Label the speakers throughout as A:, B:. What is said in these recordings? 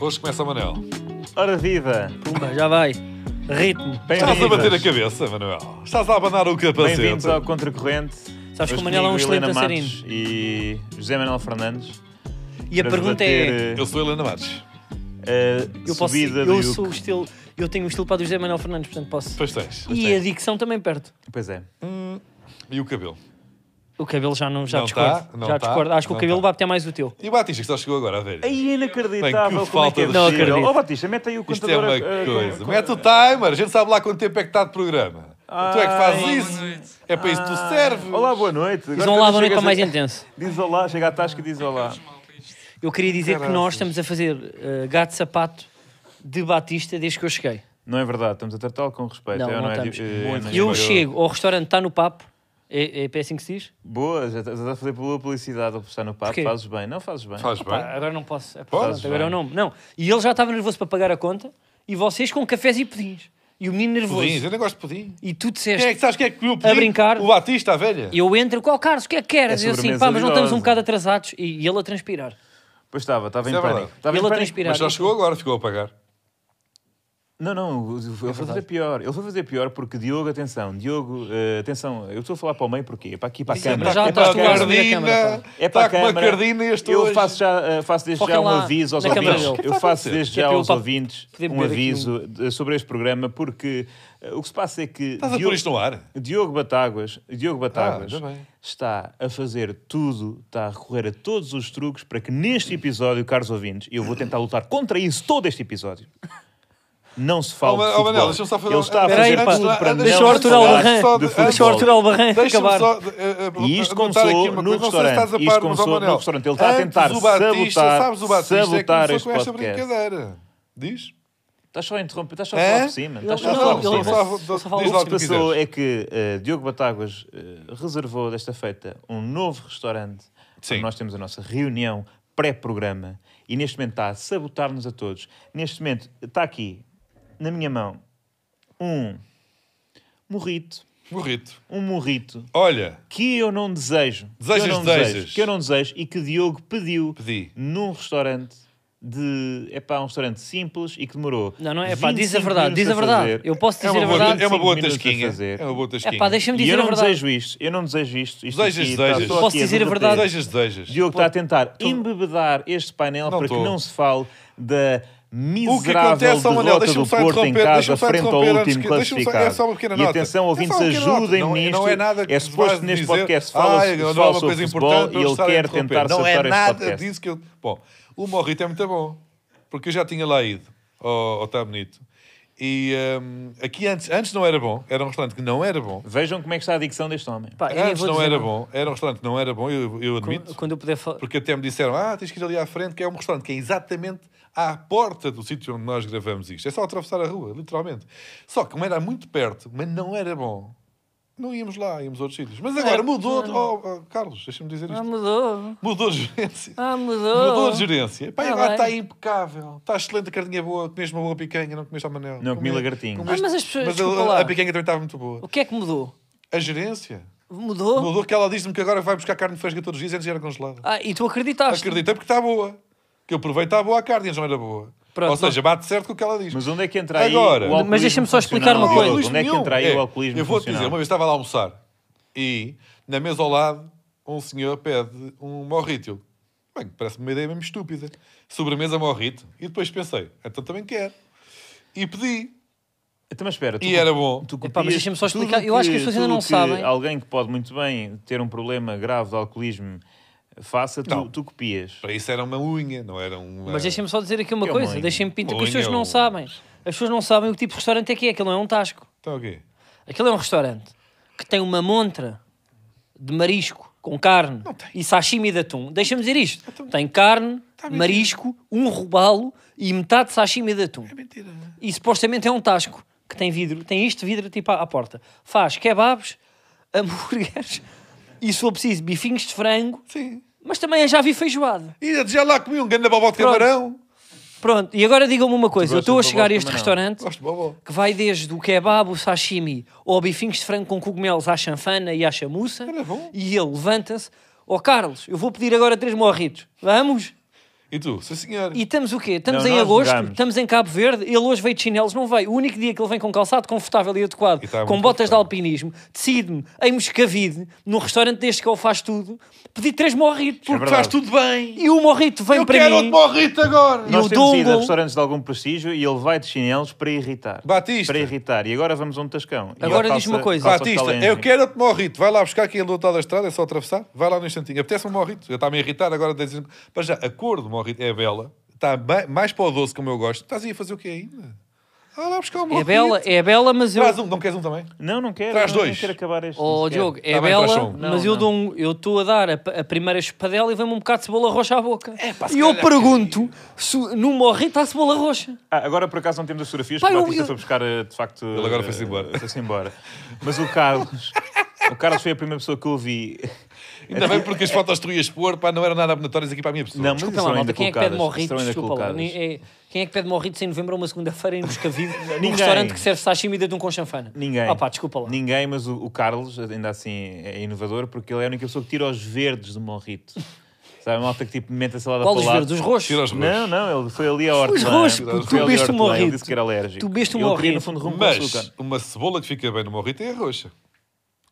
A: Hoje começa, Manuel.
B: Ora viva!
C: Pumba, já vai. Ritmo.
A: Estás a
B: Bem-vindos!
A: bater a cabeça, Manuel. Estás a abanar o capacete.
B: Bem-vindos ao Contracorrente.
C: Sabes que
B: Hoje
C: o Manel é um
B: comigo Helena
C: excelente dançarino.
B: Matos E José Manuel Fernandes.
C: E a
B: para
C: pergunta é:
B: debater,
A: Eu sou Helena Matos.
B: eh, a
C: eu posso.
B: subida do
C: Eu
B: Yuke.
C: sou o estilo. Eu tenho o estilo para o do José Manuel Fernandes, portanto posso.
A: Pois tens.
C: E a dicção também perto.
B: Pois é.
A: E o cabelo?
C: O cabelo já não já
A: Não
C: discordo.
A: tá, não
C: já
A: tá,
C: discordo. Acho que o
A: não
C: cabelo
A: tá.
C: vai até mais o teu.
A: E o Batista, que só chegou agora, a ver.
B: Aí é
A: Bem, que
B: inacreditável como é
A: falta
B: que é
A: de-
C: Não
B: possível.
C: acredito.
B: Ó Batista, mete aí o
A: Isto é
B: contador.
A: uma
B: eh,
A: coisa.
B: com-
A: Mete o timer, a gente sabe lá quanto tempo é que está de programa. tu é que fazes
B: Ai.
A: isso. É para isso que tu
B: Ah,
A: serves.
B: Olá, boa noite. Agora
C: Diz
B: também
C: um lá, boa noite
B: chega
C: para
B: a-
C: mais intenso.
B: Diz olá, chega à tasca e diz olá.
C: Eu queria dizer que nós estamos a fazer eh, gato de sapato de Batista desde que eu cheguei.
B: Não é verdade, estamos a tratá-lo com respeito.
C: Não,
B: é, ou
C: não
B: é?
C: estamos.
B: Eh,
A: Muito.
B: não é?
C: Eu
A: Sim.
C: chego ao restaurante, está no papo. É, é assim que se diz?
B: Boa, já estás a fazer boa publicidade ao postar no papo.
C: Porquê?
B: Fazes bem. Não fazes bem.
A: Faz bem.
C: Pá, agora não posso. É,
A: Podes,
C: pronto,
B: vai.
C: agora é o nome. Não. E ele já estava nervoso para pagar a conta e vocês com cafés e pudins. E o menino
B: é
C: nervoso.
A: Pudins, é. eu nem gosto de pudim.
C: E tu
A: Quem é
C: disseste.
A: que sabes quem é que comeu o pudim?
C: brincar.
A: O Batista, a velha.
C: Eu entro, qual Carlos, o que é que queres?
B: É
C: eu assim,
B: sobremesa
C: pá, mas não estamos
B: idosa.
C: um bocado atrasados. E, e ele a transpirar.
B: Pois estava, estava em
A: Isso é
B: pânico.
A: verdade.
B: Estava em
C: Ele a
B: pânico.
C: transpirar.
A: Mas só chegou agora, ficou a pagar.
B: Não, não, ele foi fazer pior. Ele foi fazer pior porque Diogo, atenção, Diogo, eh, atenção, eu estou a falar para o meio porque é para aqui, para a
C: Sim,
B: câmara.
C: mas já
A: é
B: é para
C: estás
A: para
B: a
A: a
B: câmara.
C: tu a assumir a
A: cardina.
C: câmara,
B: É
A: Está
B: para
A: com
B: a
A: uma
B: câmara.
A: cardina este
B: Eu
A: hoje.
B: faço, já, eh, faço desde
C: Foquem
B: já um
C: lá
B: aviso aos
C: na câmara
B: ouvintes.
C: dele.
B: Eu faço desde
C: É
B: já
C: para eu
B: aos
C: pa-
B: ouvintes
C: poder
B: um
C: beber aqui
B: aviso de- sobre este programa porque eh, o que se passa é que
A: Estás a pôr isto no ar?
B: Diogo Batáguas, Diogo Batáguas
C: Ah,
A: ainda bem.
B: está a fazer tudo, está a recorrer a todos os truques para que neste episódio, caros ouvintes, eu vou tentar lutar contra isso todo este episódio. Não se fala
A: Oh, Ma-
B: de
A: oh, Manel,
B: futebol.
A: deixa-me só fazer
B: Ele
A: um-
B: está a
C: Espera aí,
B: fazer
C: pá.
B: tudo para não
C: Deixa o
B: se
C: Arthur
B: falar
C: Albarran-
B: de
C: Só de-
B: futebol.
C: deixa o Arthur Albarran acabar.
A: eh,
B: E isto começou no restaurante. Isto começou no restaurante. Ele está a tentar
A: o Batista,
B: sabotar-
A: sabes, o Batista
B: sabotar
A: é que começou
B: este
A: com esta
B: podcast.
A: brincadeira. Diz?
B: Estás só a interromper, estás só a
A: É?
B: falar por cima. Estás só a
C: Não,
B: falar por
C: ele-
B: cima.
C: só-
A: diz lá
B: O que
A: o
B: se
A: que tu
B: passou
A: quiseres.
B: é que eh, Diogo Batáguas eh, reservou desta feita um novo restaurante.
A: Sim.
B: onde Nós temos a nossa reunião pré-programa e neste momento está a sabotar-nos a todos. Neste momento está aqui, na minha mão, um morrito,
A: Morrito.
B: um morrito
A: Olha,
B: que eu não desejo.
A: Desejas,
B: que eu não
A: desejas.
B: desejo, que eu não desejo e que Diogo pediu
A: Pedi.
B: num restaurante de. É pá, um restaurante simples e que demorou.
C: Não, não é pá, diz a
B: 25
C: verdade, diz a
B: minutos
C: verdade.
B: fazer.
C: Eu posso
A: é
C: dizer
A: uma,
C: a
A: boa,
C: verdade.
A: é uma boa
B: 25 minutos a
A: tasquinha.
B: fazer.
A: É uma boa
C: É
A: tasquinha.
C: pá, deixa-me
B: E eu
C: dizer a
B: não
C: verdade.
B: desejo isto, eu não desejo isto. isto
A: Desejas,
B: aqui está
A: desejas.
B: só tá, aqui
C: Posso dizer a
B: debater.
C: verdade?
A: Desejas, desejas.
B: Diogo está a tentar embebedar este painel
A: Não
B: para
A: tô.
B: que não se fale da
A: O que
B: miserável
A: acontece, ó Manel,
B: derrota do
A: deixa-me só
B: Porto em
A: interromper,
B: casa
A: deixa-me só
B: frente ao
A: interromper antes
B: último
A: que, deixa-me só, é
B: classificado.
A: só uma pequena
B: e
A: nota. É
B: atenção,
A: só uma
B: ouvintes,
A: pequena nota.
B: ajudem-me
A: Não é-
B: nisto.
A: não é nada que
B: suposto
A: vais
B: que neste
A: dizer,
B: podcast fala,
A: "Ai,
B: se
A: não é
B: fala
A: uma
B: sobre
A: coisa
B: futebol
A: importante
B: e ele
A: estar a
B: quer
A: interromper."
B: tentar
A: Não é
B: sabotar este
A: nada
B: podcast.
A: disso que eu... Bom, o Morrito é muito bom, porque eu já tinha lá ido, ou está bonito. E hum, aqui antes, antes não era bom, era um restaurante que não era bom.
B: Vejam como é que está a dicção deste homem.
C: Pá, eu nem
A: Antes
C: vou
A: não
C: dizer
A: era
C: nada.
A: bom, era um restaurante que não era bom, eu, eu admito.
C: Quando eu puder falar.
A: Porque até me disseram, ah, tens que ir ali à frente, que é um restaurante que é exatamente à porta do sítio onde nós gravamos isto. É só atravessar a rua, literalmente. Só que como era muito perto, mas não era bom, não íamos lá, íamos a outros sítios. Mas agora
C: Era-
A: mudou... de-
C: não.
A: Oh, oh, Carlos, deixa-me dizer
C: Ah,
A: isto.
C: mudou.
A: Mudou de gerência.
C: Ah, mudou.
A: Mudou de gerência. Pá,
C: Ah,
A: agora
C: bem.
A: está impecável. Está excelente a carninha é boa. Comeste uma boa picanha, não comeste a manel.
B: Não, comi lagartinho.
C: Ah, mas as pessoas-
A: Mas
C: desculpa
A: a,
C: lá.
A: a picanha também estava muito boa.
C: O que é que mudou?
A: A gerência.
C: Mudou?
A: Mudou que ela diz-me que agora vai buscar carne fresca todos os dias antes era congelada.
C: Ah, e tu acreditaste?
A: Acreditei porque está boa. Que eu provei está boa a carne, e não era boa.
C: Pronto,
A: Ou seja, bate certo com o que ela diz.
B: Mas onde é que entra aí
A: Agora.
B: o
A: Mas
B: alcoolismo
C: deixa-me só explicar
B: funcional,
C: uma coisa.
B: Diogo?
A: alcoolismo
B: Onde é que
A: nenhum.
B: entra aí
A: É,
B: o alcoolismo
A: Eu vou-te dizer,
B: funcional?
A: uma vez estava lá a almoçar e na mesa ao lado um senhor pede um morrito. Bem, parece-me uma ideia mesmo estúpida. Sobremesa morrito. E depois pensei, então também quero. E pedi.
B: Então, mas espera, tu,
A: E era bom.
B: tu
C: Epá, mas
B: copias
C: deixa-me só
B: tudo
C: explicar. Eu acho que as pessoas ainda
B: tudo
C: não
B: que
C: sabem.
B: Alguém que pode muito bem ter um problema grave de alcoolismo faça, tu,
A: Não.
B: tu copias.
A: Para isso era uma unha, não era uma...
C: Mas deixem-me só dizer aqui uma
B: Eu
C: coisa.
B: manho.
C: Deixem-me pintar, porque as
A: Manho.
C: pessoas não sabem. As pessoas não sabem o que tipo de restaurante é que é. Aquilo não é um tasco.
A: Então o quê?
C: Aquilo é um restaurante que tem uma montra de marisco com carne e sashimi de atum. Deixa-me dizer isto. Tem carne, marisco, um robalo e metade de sashimi de atum.
A: É Mentira.
C: E supostamente é um tasco que tem vidro, tem este vidro tipo à, à porta. Faz kebabs, hambúrgueres e se for preciso bifinhos de frango,
A: Sim.
C: mas também é já vi feijoada.
A: E já lá comi um grande bobó de
C: Pronto.
A: camarão.
C: Pronto, e agora digam-me uma coisa. Eu
B: gostas
C: estou a
B: de
C: chegar a
B: bobó
C: este
B: também, não?
C: restaurante
A: Gosto de bobó.
C: que vai desde o kebab, o sashimi, ou bifinhos de frango com cogumelos à chanfana e à chamuça.
A: Era bom.
C: E ele levanta-se. Ó Carlos, eu vou pedir agora três morritos. Vamos?
A: E tu? Sim, senhor.
C: E estamos o quê? Estamos
B: Não,
C: em
B: nós
C: agosto,
B: jogámos.
C: estamos em Cabo Verde, ele hoje veio de chinelos, não veio. O único dia que ele vem com calçado confortável e adequado,
A: E está
C: com
A: muito
C: botas de
A: confortável.
C: alpinismo, decide-me, em Moscavide, num restaurante deste que ele faz tudo, pedir três morritos.
A: Porque
B: verdade.
A: faz tudo bem.
C: E o morrito vem
A: Eu
C: para
A: quero outro
C: mim.
A: morrito agora.
B: Nós
C: o
B: temos ido a
C: Dongo-
B: restaurantes de algum prestígio e ele vai de chinelos para irritar.
A: Batista.
B: Para irritar. E agora vamos a um tascão. E
C: Agora
B: ele
C: diz-me uma coisa.
B: calça
A: Batista,
B: talenjo.
A: eu quero outro morrito. Vai lá buscar quem é do outro lado da estrada, é só atravessar. Vai lá no instantinho. Apetece um morrito. Eu estava a me irritar agora. Dizendo... Para já, a cor do morrito é bela. Está bem- mais para o doce, como eu gosto. Estás aí a fazer o quê ainda? Vai lá buscar um morrito.
C: É bela, é bela, mas eu.
A: Traz um. Não queres um também?
B: Não, não quero.
A: Traz
B: não,
A: dois.
B: Não quero acabar este.
C: Oh,
B: sequer.
C: Diogo, é
A: Tá bem,
C: bela,
A: traz um.
C: mas
B: Não,
C: eu
B: não.
C: dou um- eu estou a dar a, a primeira espadela e vem-me um bocado de cebola roxa à boca.
A: pá, se
C: e eu
A: calhar-
C: pergunto se no morrito há cebola roxa.
B: Ah, agora por acaso não temos as fotografias,
C: Pá,
B: porque
C: eu-
B: o Batista
C: eu-
B: foi buscar, eh, de facto. Ele
A: agora foi-se embora.
B: Foi-se embora. Mas o Carlos. o Carlos foi a primeira pessoa que eu vi.
A: Ainda bem porque as fotos que tu ias pôr pá, não eram nada abonatórias aqui para a minha pessoa.
B: É Não, mas
C: Desculpa
B: estão
C: lá,
B: ainda
C: malta, quem é que pede
B: colocadas, estão
C: morritos?
B: ainda
C: Desculpa lá.
B: colocadas.
C: Ni- é- Quem é que pede morritos em novembro a uma segunda-feira em Moscavide num
B: Ninguém.
C: restaurante que serve sashimi de um com chanfana?
B: Ninguém.
C: Ah pá, desculpa lá.
B: Ninguém, mas o, o Carlos, ainda assim, é inovador, porque ele é a única pessoa que tira os verdes do Morrito. Sabe, a malta que tipo mete a salada
C: Qual
B: para
C: dos
B: o lado.
C: verdes? Os roxos?
A: Tira os roxos.
B: Não, não, ele foi ali a hortelã.
C: Os roxos,
B: Foi
C: puto,
B: ali
C: tu
B: à
C: bebeste
B: hortelã,
C: um Morrito.
B: Ele disse que era alérgico.
C: Tu bebeste um
B: Ele queria,
C: Morrito.
B: no fundo, rum com
A: Mas
B: açúcar.
A: uma cebola que fica bem no morrito é roxa.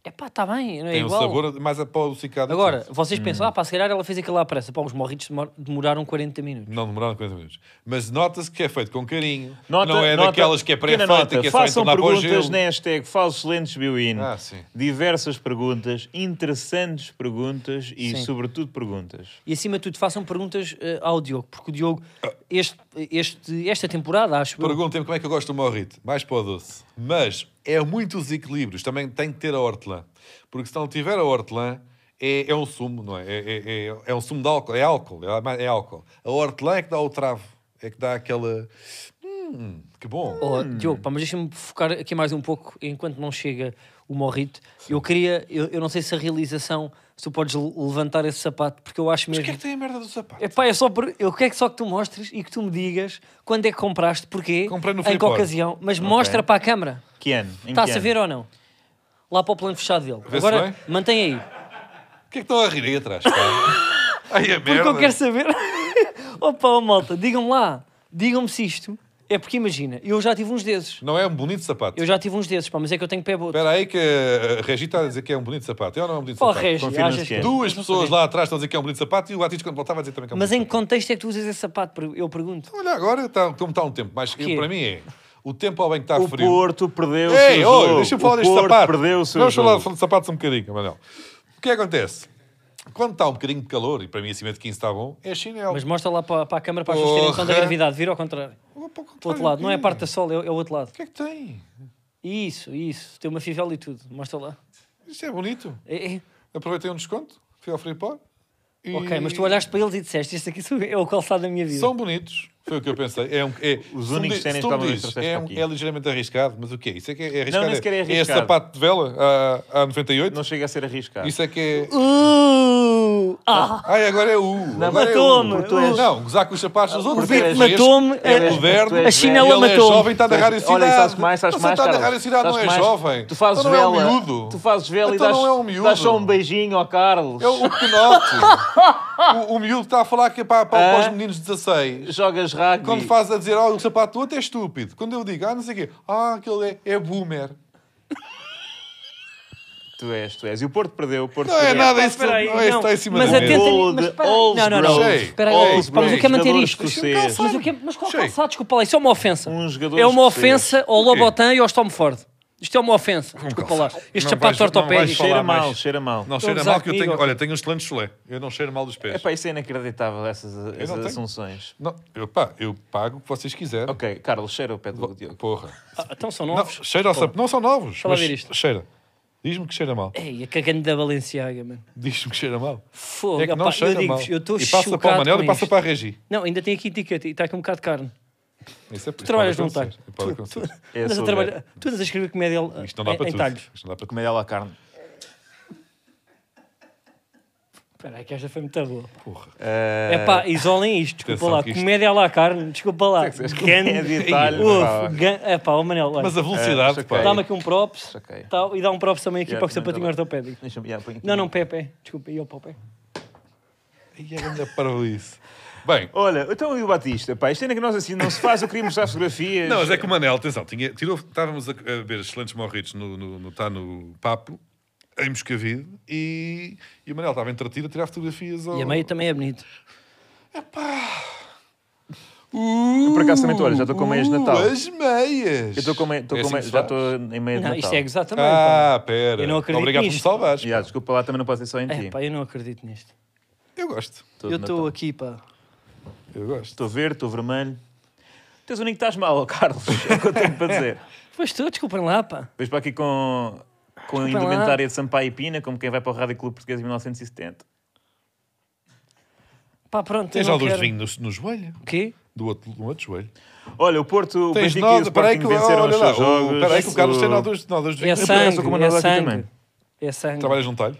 C: É pá, está bem, não é
A: Tem um
C: igual.
A: sabor mais apodocicado.
C: Agora, vocês pensam, ah pá, se calhar ela fez aquilo à pressa. Pá, os morritos demor- demoraram 40 minutos.
A: Não demoraram 40 minutos. Mas nota-se que é feito com carinho.
B: Nota,
A: não é
B: nota,
A: daquelas que é
B: pequena
A: pré-feita,
B: nota,
A: que é só
B: Façam
A: entornar para o
B: perguntas
A: gelo.
B: na hashtag Falsos Lentes Biuíno.
A: Ah, sim.
B: Diversas perguntas, interessantes perguntas e,
C: Sim.
B: sobretudo, perguntas.
C: E acima de tudo, façam perguntas eh, ao Diogo, porque o Diogo, este, este- esta temporada, acho eu,
A: Perguntem-me como é que eu gosto do morrito. Mais para o doce. Mas é muitos equilíbrios. Também tem que ter a hortelã. Porque se não tiver a hortelã, é, é um sumo, não é? É, é- é- é um sumo de álcool. É álcool. É, ama- é álcool. A hortelã é que dá o travo. É que dá aquela... Hum, que bom.
C: Oh, Diogo, pá, mas deixa-me focar aqui mais um pouco enquanto não chega o morrito. Eu queria, eu, eu não sei se a realização, se tu podes le- levantar esse sapato, porque eu acho
A: Mas o que é
C: mesmo.
A: que tem a merda do sapato?
C: É pá, é só por. Eu quero que só que tu mostres e que tu me digas quando é que compraste, porquê,
A: Comprei no
C: em que
A: Freeport.
C: ocasião, mas mostra para a câmara.
B: Que ano? Em que
C: Está-se a
B: ano?
C: ver ou não? Lá para o plano fechado dele.
A: Vê-se
C: Agora,
A: bem?
C: mantém aí.
A: O que é que estão a rir aí atrás? pá? Ai, a
C: Porque
A: merda.
C: eu quero saber. Opa, ó, malta, digam-me lá. Digam-me se isto. É porque imagina, eu já tive uns desses.
A: Não é um bonito sapato.
C: Eu já tive uns desses, pá, mas é que eu tenho pé boto.
A: Espera aí que a Regi está a dizer que é um bonito sapato. É ou não é um bonito
C: Pô,
A: sapato?
C: Regi,
B: confirma-se
C: achas
B: que é.
C: que-
A: Duas pessoas lá atrás estão a dizer que é um bonito sapato e o Atis quando voltava a dizer também que é um
C: Mas em
A: bonito
C: que contexto é que tu usas esse sapato? Per- Eu pergunto.
A: sapato. Olha, agora está, como está um tempo, mas
C: Porquê?
A: para mim é. O tempo ao bem que está
B: O
A: frio.
B: Porto perdeu o
A: Ei,
B: seu
A: oi,
B: jogo.
A: deixa-me falar
B: o
A: deste
B: Porto
A: sapato.
B: perdeu o seu
A: Vamos
B: jogo.
A: falar de sapatos um bocadinho, Manel. O que é que acontece? Quando está um bocadinho de calor, e para mim acima de 15 está bom, é chinelo.
C: Mas mostra lá para, para a câmara para as pessoas terem noção da
A: Porra.
C: gravidade. Vira ao contrário.
A: Ou para
C: Para o
A: contrário,
C: outro lado. Não é a
A: um
C: parte da sola, é o é o outro lado.
A: bocadinho. O que é que tem?
C: Isso, isso. Tem uma fivela e tudo. Mostra lá.
A: Isto é bonito.
C: É, é.
A: Aproveitei um desconto, fui ao Freeport. e-
C: Ok, mas tu olhaste para eles e disseste: Este aqui sou- é o calçado da minha vida.
A: São bonitos. Foi o que eu pensei. É um, é,
B: Os
A: se me
B: únicos
A: di- se tu
B: ténis que
A: me
B: alguma vez
A: dizes,
B: trouxeste
A: é, um-
B: aqui.
A: é ligeiramente arriscado, mas o quê? Isso é que é arriscado.
B: nem sequer é
A: esse
B: arriscado.
A: sapato de vela a, a 98?
B: Não chega a ser arriscado.
A: Isso é que é.
C: Uh! Ah!
A: Ai, agora é U. Não,
C: matou-me.
A: É U.
B: Porque tu és-
A: Não, gozar com os sapatos dos outros.
C: O Beto
A: é fresco,
C: matou-me.
A: É
C: a-
A: moderno.
C: A
A: Ele
C: chinela
A: é
C: matou-me.
A: jovem, está na rádio cidade.
B: Olha, sabes mais, sabes
A: Mas
B: mais,
A: está na
B: Carlos.
A: rádio cidade, não
B: Sabes
A: é
B: mais?
A: jovem.
B: Tu fazes
A: Então
B: vela.
A: Não é um miúdo.
B: Tu fazes vela
A: Então
B: e dás,
A: não é um miúdo.
B: dás só um beijinho ao Carlos.
A: É o penote. o, o miúdo está a falar que é para, para, para os
B: Ah.
A: meninos de 16.
B: Jogas rugby.
A: Quando faz a dizer, oh, o sapato do outro é estúpido. Quando eu digo, ah, não sei o quê, ah, aquele é, é boomer.
B: Tu és, tu és. E o Porto perdeu. O Porto
A: Não é
B: perdeu.
A: nada
C: Pá,
A: isso,
C: espera aí,
A: não é isso,
C: não.
A: está em cima
C: Mas
A: da
C: atenta-
A: mesa.
B: Old,
C: mas espera aí.
B: old
C: Não, não, não.
B: bros.
C: Espera aí,
B: Old
C: Augusto, pá, mas eu
B: bros.
C: quero manter
B: Jogadores
C: isto.
B: escoceses.
C: Mas, o que é- mas qual
A: Sei.
C: calçado? Desculpa lá, isso é uma ofensa.
B: Um jogador
C: é uma
B: escocês.
C: ofensa ao Lobotan e ao Stom Ford. Isto é uma ofensa. Desculpa lá.
A: Um calçado.
C: Este
A: Não
C: sapato
A: vais- não vais
C: ortopédico.
A: falar.
B: Cheira
A: mais.
B: mal, cheira mal.
A: Não
C: Estou a
A: cheira
C: gozar
A: mal que eu
C: comigo,
A: tenho.
C: ok.
A: Olha, tenho um excelente chulé. Eu não cheiro mal dos
B: É
A: pés.
B: pá, isso é inacreditável, essas, essas
A: tenho.
B: assunções.
A: Não, eu, pá, eu pago o que vocês quiserem.
B: Ok, Carlos, cheira o pé do Diogo.
A: Porra.
C: Ah, então são
A: Não,
C: novos.
A: cheira ao sapato. Não são novos.
C: Fala
A: mas
C: ver isto.
A: Cheira. Diz-me que cheira mal.
C: Ei, a cagando da Balenciaga, mano.
A: Diz-me que cheira mal.
C: Fogo,
A: É que
C: opá,
A: não
C: eu
A: cheira
C: digo
A: mal.
C: eu estou
A: E passa para o
C: chocado
A: Manel
C: com
A: e passa
C: isto.
A: para a Regi.
C: Não, ainda tem aqui etiqueta e está aqui um bocado de carne.
A: Isso é Tu
C: trabalhas num tar.
A: Pode
C: Tu- tu-
A: acontecer.
B: É a
C: andas a
B: sua
C: trabalhar-
B: vez.
C: Tu andas a escrever comédia eh,
A: Isto não dá
C: em-
A: para
C: em
A: tudo.
C: talhos.
A: Isto não dá para tudo.
B: Comer ela a carne.
C: Espera aí, que esta foi muito boa.
A: Porra.
B: eh,
C: É pá, isolem isto, desculpa
A: Atenção
C: lá.
A: que isto-
C: Comédia à la carne, desculpa lá.
B: É de Itália. pá.
C: É pá, o Manel, olha.
A: Mas a velocidade,
B: É,
A: pá.
C: Dá-me aqui um props
B: Ok.
C: tal, e dá um props também aqui
B: Yeah,
C: para o
B: também
C: sapatinho
B: dá.
C: ortopédico.
B: Deixa-me, já, põe aqui.
C: Não, não, pé, pé. Desculpa, eu para o pé.
A: Ai, é grande parvo isso. Bem,
B: Olha, então e o Batista? Pá, isto ainda que nós assim não se faz, eu queria mostrar fotografias.
A: Não, mas é que o Manel, atenção, tinha, tirou, estávamos a, a ver excelentes morritos no, no, no, tá no Papo, em Moscavide, e, e o Manel estava entretido a tirar fotografias ao...
C: E a meio também é bonito.
A: Uh,
B: Por acaso também, tu, olha, já estou com meias de Natal.
A: Uh, as meias!
B: Eu estou com, meia- estou
A: É
B: com
A: assim
B: meia-
A: que se
B: já então.
A: faz?
B: estou em meia de
C: Não,
B: Natal.
C: isto é exatamente.
A: Ah, pera.
C: Eu não acredito
A: Obrigado por me
C: nisto.
A: salvares.
B: Já, desculpa lá, também não posso ser só em ti.
C: É, pá, eu não acredito nisto.
A: Eu gosto.
B: Estou de
C: eu estou
B: Natal.
C: aqui, pá.
A: Eu gosto.
B: Estou verde, estou vermelho. Tu és o único que estás mal, ó Carlos. É o que eu tenho para dizer.
C: Pois tu, desculpem lá, pá.
B: Vês para aqui com, com a
C: Desculpa lá.
B: indumentária de Sampaio e Pina, como quem vai para o Rádio Clube Português em 1970.
C: Pá, pronto.
A: Tens
C: Então eu não
A: alguns
C: quero.
A: vinhos no, no joelho?
C: O quê?
A: Do outro, no outro joelho?
B: Olha, o Porto, o
A: Tens
B: Benfica e o
A: nó- peraí
B: Sporting
A: que,
B: venceram os
A: olha lá,
B: seus
A: o-
B: jogos.
A: peraí que o Carlos tem
B: O-
A: nodos de nodos de
C: É
A: vinho.
B: parece o
C: sangue, é
B: comandante aqui
C: sangue.
B: também.
C: É sangue.
A: Trabalhas num talho?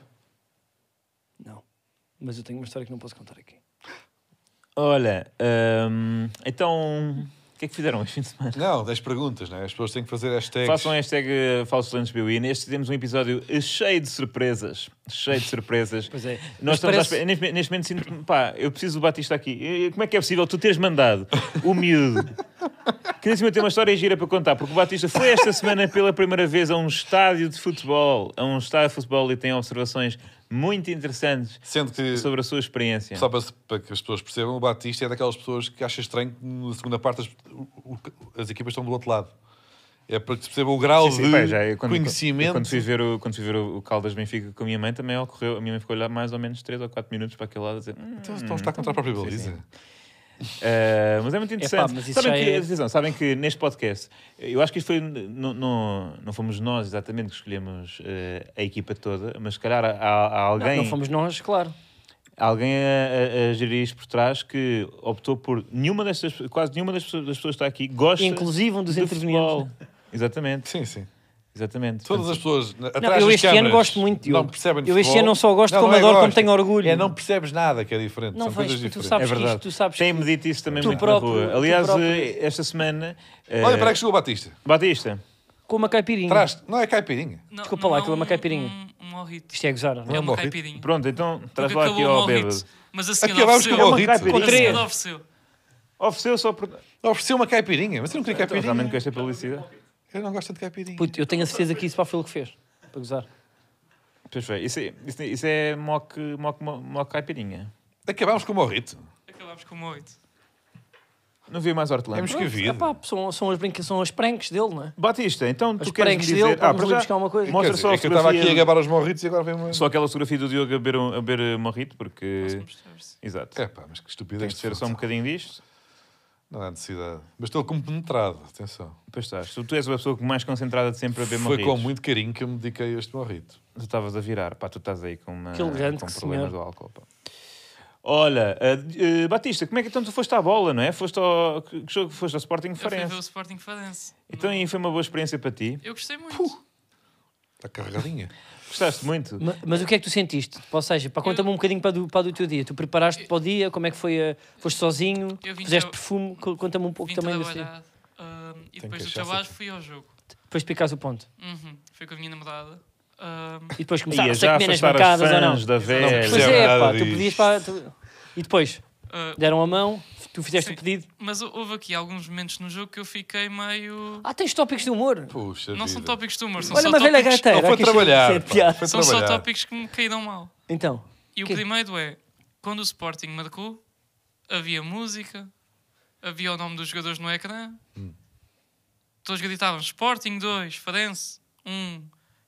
C: Não. Mas eu tenho uma história que não posso contar aqui.
B: Olha, hum, então... O que é que fizeram este fim de semana?
A: Não, 10 perguntas, né? As pessoas têm que fazer hashtags.
B: Façam hashtag eh, Falsos Lentes BWI. Neste temos um episódio cheio de surpresas. Cheio de surpresas.
C: Pois é.
B: Nós
C: Mas
B: estamos à
C: parece-
B: espera- neste, neste momento sinto-me, pá, eu preciso do Batista aqui. Eh, Como é que é possível tu teres mandado o miúdo? Que nesse momento tem uma história gira para contar, porque o Batista foi esta semana pela primeira vez a um estádio de futebol, a um estádio de futebol e tem observações muito interessantes
A: Sendo que,
B: sobre a sua
C: É.
B: experiência.
A: só para, se- para que as pessoas percebam, o Batista é daquelas pessoas que acha estranho que na segunda parte as, o- o- as equipas estão do outro lado. É para que se perceba o grau
B: Sim, sim,
A: de
B: pá, já, eu quando- eu
A: conhecimento.
B: Quando fui ver o, quando fui ver o, o Caldas Benfica com a minha mãe, também ocorreu. A minha mãe ficou a olhar mais ou menos 3 ou 4 minutos para aquele lado a dizer. "Hum,
A: Então, então está contra a própria
B: sim,
A: baliza.
B: sim. Uh, mas é muito interessante.
C: mas isso
B: sabem,
C: já
B: que,
C: é-
B: atenção, sabem que neste podcast, eu acho que isto foi. Não, não, não fomos nós exatamente que escolhemos eh, a equipa toda, mas se calhar há, há
C: Não,
B: alguém,
C: não fomos nós, claro.
B: alguém a, a- a gerir isto por trás que optou por. Nenhuma destas, quase nenhuma das pessoas, das pessoas que está aqui gosta.
C: Inclusive um dos
B: eh, de
C: intervenientes.
B: futebol. Exatamente,
A: Sim, sim.
B: exatamente.
A: Todas as
B: Portanto,
A: pessoas na- atrás
C: eu
A: das
C: este ano
A: câmaras
C: gosto muito, Diogo.
A: Não percebem de
C: Eu este
A: futebol.
C: ano não só gosto como
A: é
C: adoro, como
A: gosto.
C: tenho orgulho.
A: É, não percebes nada que é diferente.
C: Não
A: São
C: vejo,
A: coisas
C: porque tu
A: diferentes.
C: sabes
B: É
C: que
B: verdade.
C: isto, tu sabes
B: Tem
C: que-
B: medido isso também
C: Tu
B: muito
C: próprio-
B: na rua.
C: tu
B: Aliás,
C: próprio.
B: eh, esta semana. eh,
C: é.
A: Olha para que chegou o Batista.
B: Batista,
C: Com uma caipirinha.
A: Traz, não é caipirinha.
D: Não,
C: Desculpa
D: não
C: lá, aquilo é uma caipirinha.
D: Um, um morrito.
C: Isto é gozar, não
A: É
D: É
A: um
D: uma
A: morrito.
D: caipirinha.
B: pronto, então traz
D: Porque
B: lá
D: acabou
B: aqui
D: o
B: ao
D: morrito,
B: bêbado.
D: Mas assim, a senhora
A: Acabamos com o
B: É
D: ofereceu.
B: uma
A: morrito.
B: caipirinha.
D: A senhora
C: Três.
D: ofereceu.
B: Ofereceu só por.
A: Ofereceu uma caipirinha, mas eu não queria
B: Então, Realmente com
A: caipirinha.
B: esta publicidade.
A: Eu não gosto de caipirinha.
C: Puto, eu tenho a certeza que isso pá, foi ele que fez. Para gozar.
B: Pois foi. Isso, é- isso, é- isso é mock, mock, mock, mock caipirinha.
A: Acabámos com o morrito.
D: Acabámos com o morrito.
B: Não vi mais hortelã.
A: É moscavido.
C: Ah, pá, são, são as brinca, são as pranks dele, não é?
B: Batista, então
C: Os
B: tu queres me
C: pranks
B: dizer...
C: dele, vamos
B: para
C: ali buscar uma coisa.
A: Quer
B: Mostra
A: dizer,
B: só a
A: é que eu estava aqui a
B: fotografia...
A: gabar os morritos e agora vem uma...
B: Só aquela fotografia do Diogo a beber, um- a beber morrito, porque... Exato.
A: É pá, mas que
B: Tens
A: estupidez.
B: de
A: de
B: ser só um
A: foto.
B: bocadinho disto.
A: Não há necessidade. Mas estou compenetrado, atenção.
B: Pois estás. Tu, tu és a pessoa mais concentrada de sempre a beber
A: Foi
B: morritos.
A: com muito carinho que eu me dediquei a este morrito.
B: Tu estavas a virar. Pá, tu estás aí com, uma,
C: Que elegante
B: com
C: que
B: problemas
C: senhor.
B: do álcool. Pá. Olha, eh, eh, Batista, como é que então tu foste à bola, não é? Foste ao... Que que jogo? Foste ao Sporting
D: Eu fui ver o
B: Farense.
D: Sporting Farense.
B: Então e foi uma boa experiência para ti?
D: Eu gostei muito.
A: Está carregadinha.
B: Gostaste muito?
C: Ma- Mas, o que é que tu sentiste? Ou seja, pá, conta-me um bocadinho para, do, para do teu dia. Tu preparaste para o dia? Como é que foi? A... Foste sozinho?
D: Eu vim
C: Fizeste
D: tra-
C: perfume? Co- Conta-me um pouco
D: Vim
C: também. Desse...
D: trabalhar. ahm, e depois do
A: queixar-se
D: trabalho
A: aqui.
D: fui ao jogo.
C: Depois picaste o ponto.
D: Uhum. Fui com a minha namorada. Um, Ahm,
C: E
B: Ia,
C: depois
D: é
C: começaste a
B: já
C: comer nas
B: afastar as
C: bancadas ou não?
B: fãs da velha.
C: Pois
A: Percebo
C: é,
A: nada
C: pá, tu
A: disto.
C: pedias para. tu- E depois?
D: ah,
C: Deram a mão, tu fizeste
D: Sim.
C: o pedido.
D: mas houve aqui alguns momentos no jogo que eu fiquei meio.
C: Ah, tens tópicos de humor.
A: Puxa
D: Não são
A: Ah, vida.
D: tópicos de humor, são
C: Olha
D: só
C: uma velha
D: tópicos.
C: gaiteira.
A: Não, foi
C: que isto-
A: trabalhar,
C: isto é
A: pá.
C: piada.
A: Foi
D: São só
A: trabalhar.
D: tópicos que me caíram mal.
C: Então,
D: E o
C: Que-
D: primeiro é, quando o Sporting marcou, havia música, havia o nome dos jogadores no ecrã, todos gritavam Sporting 2, Farense 1,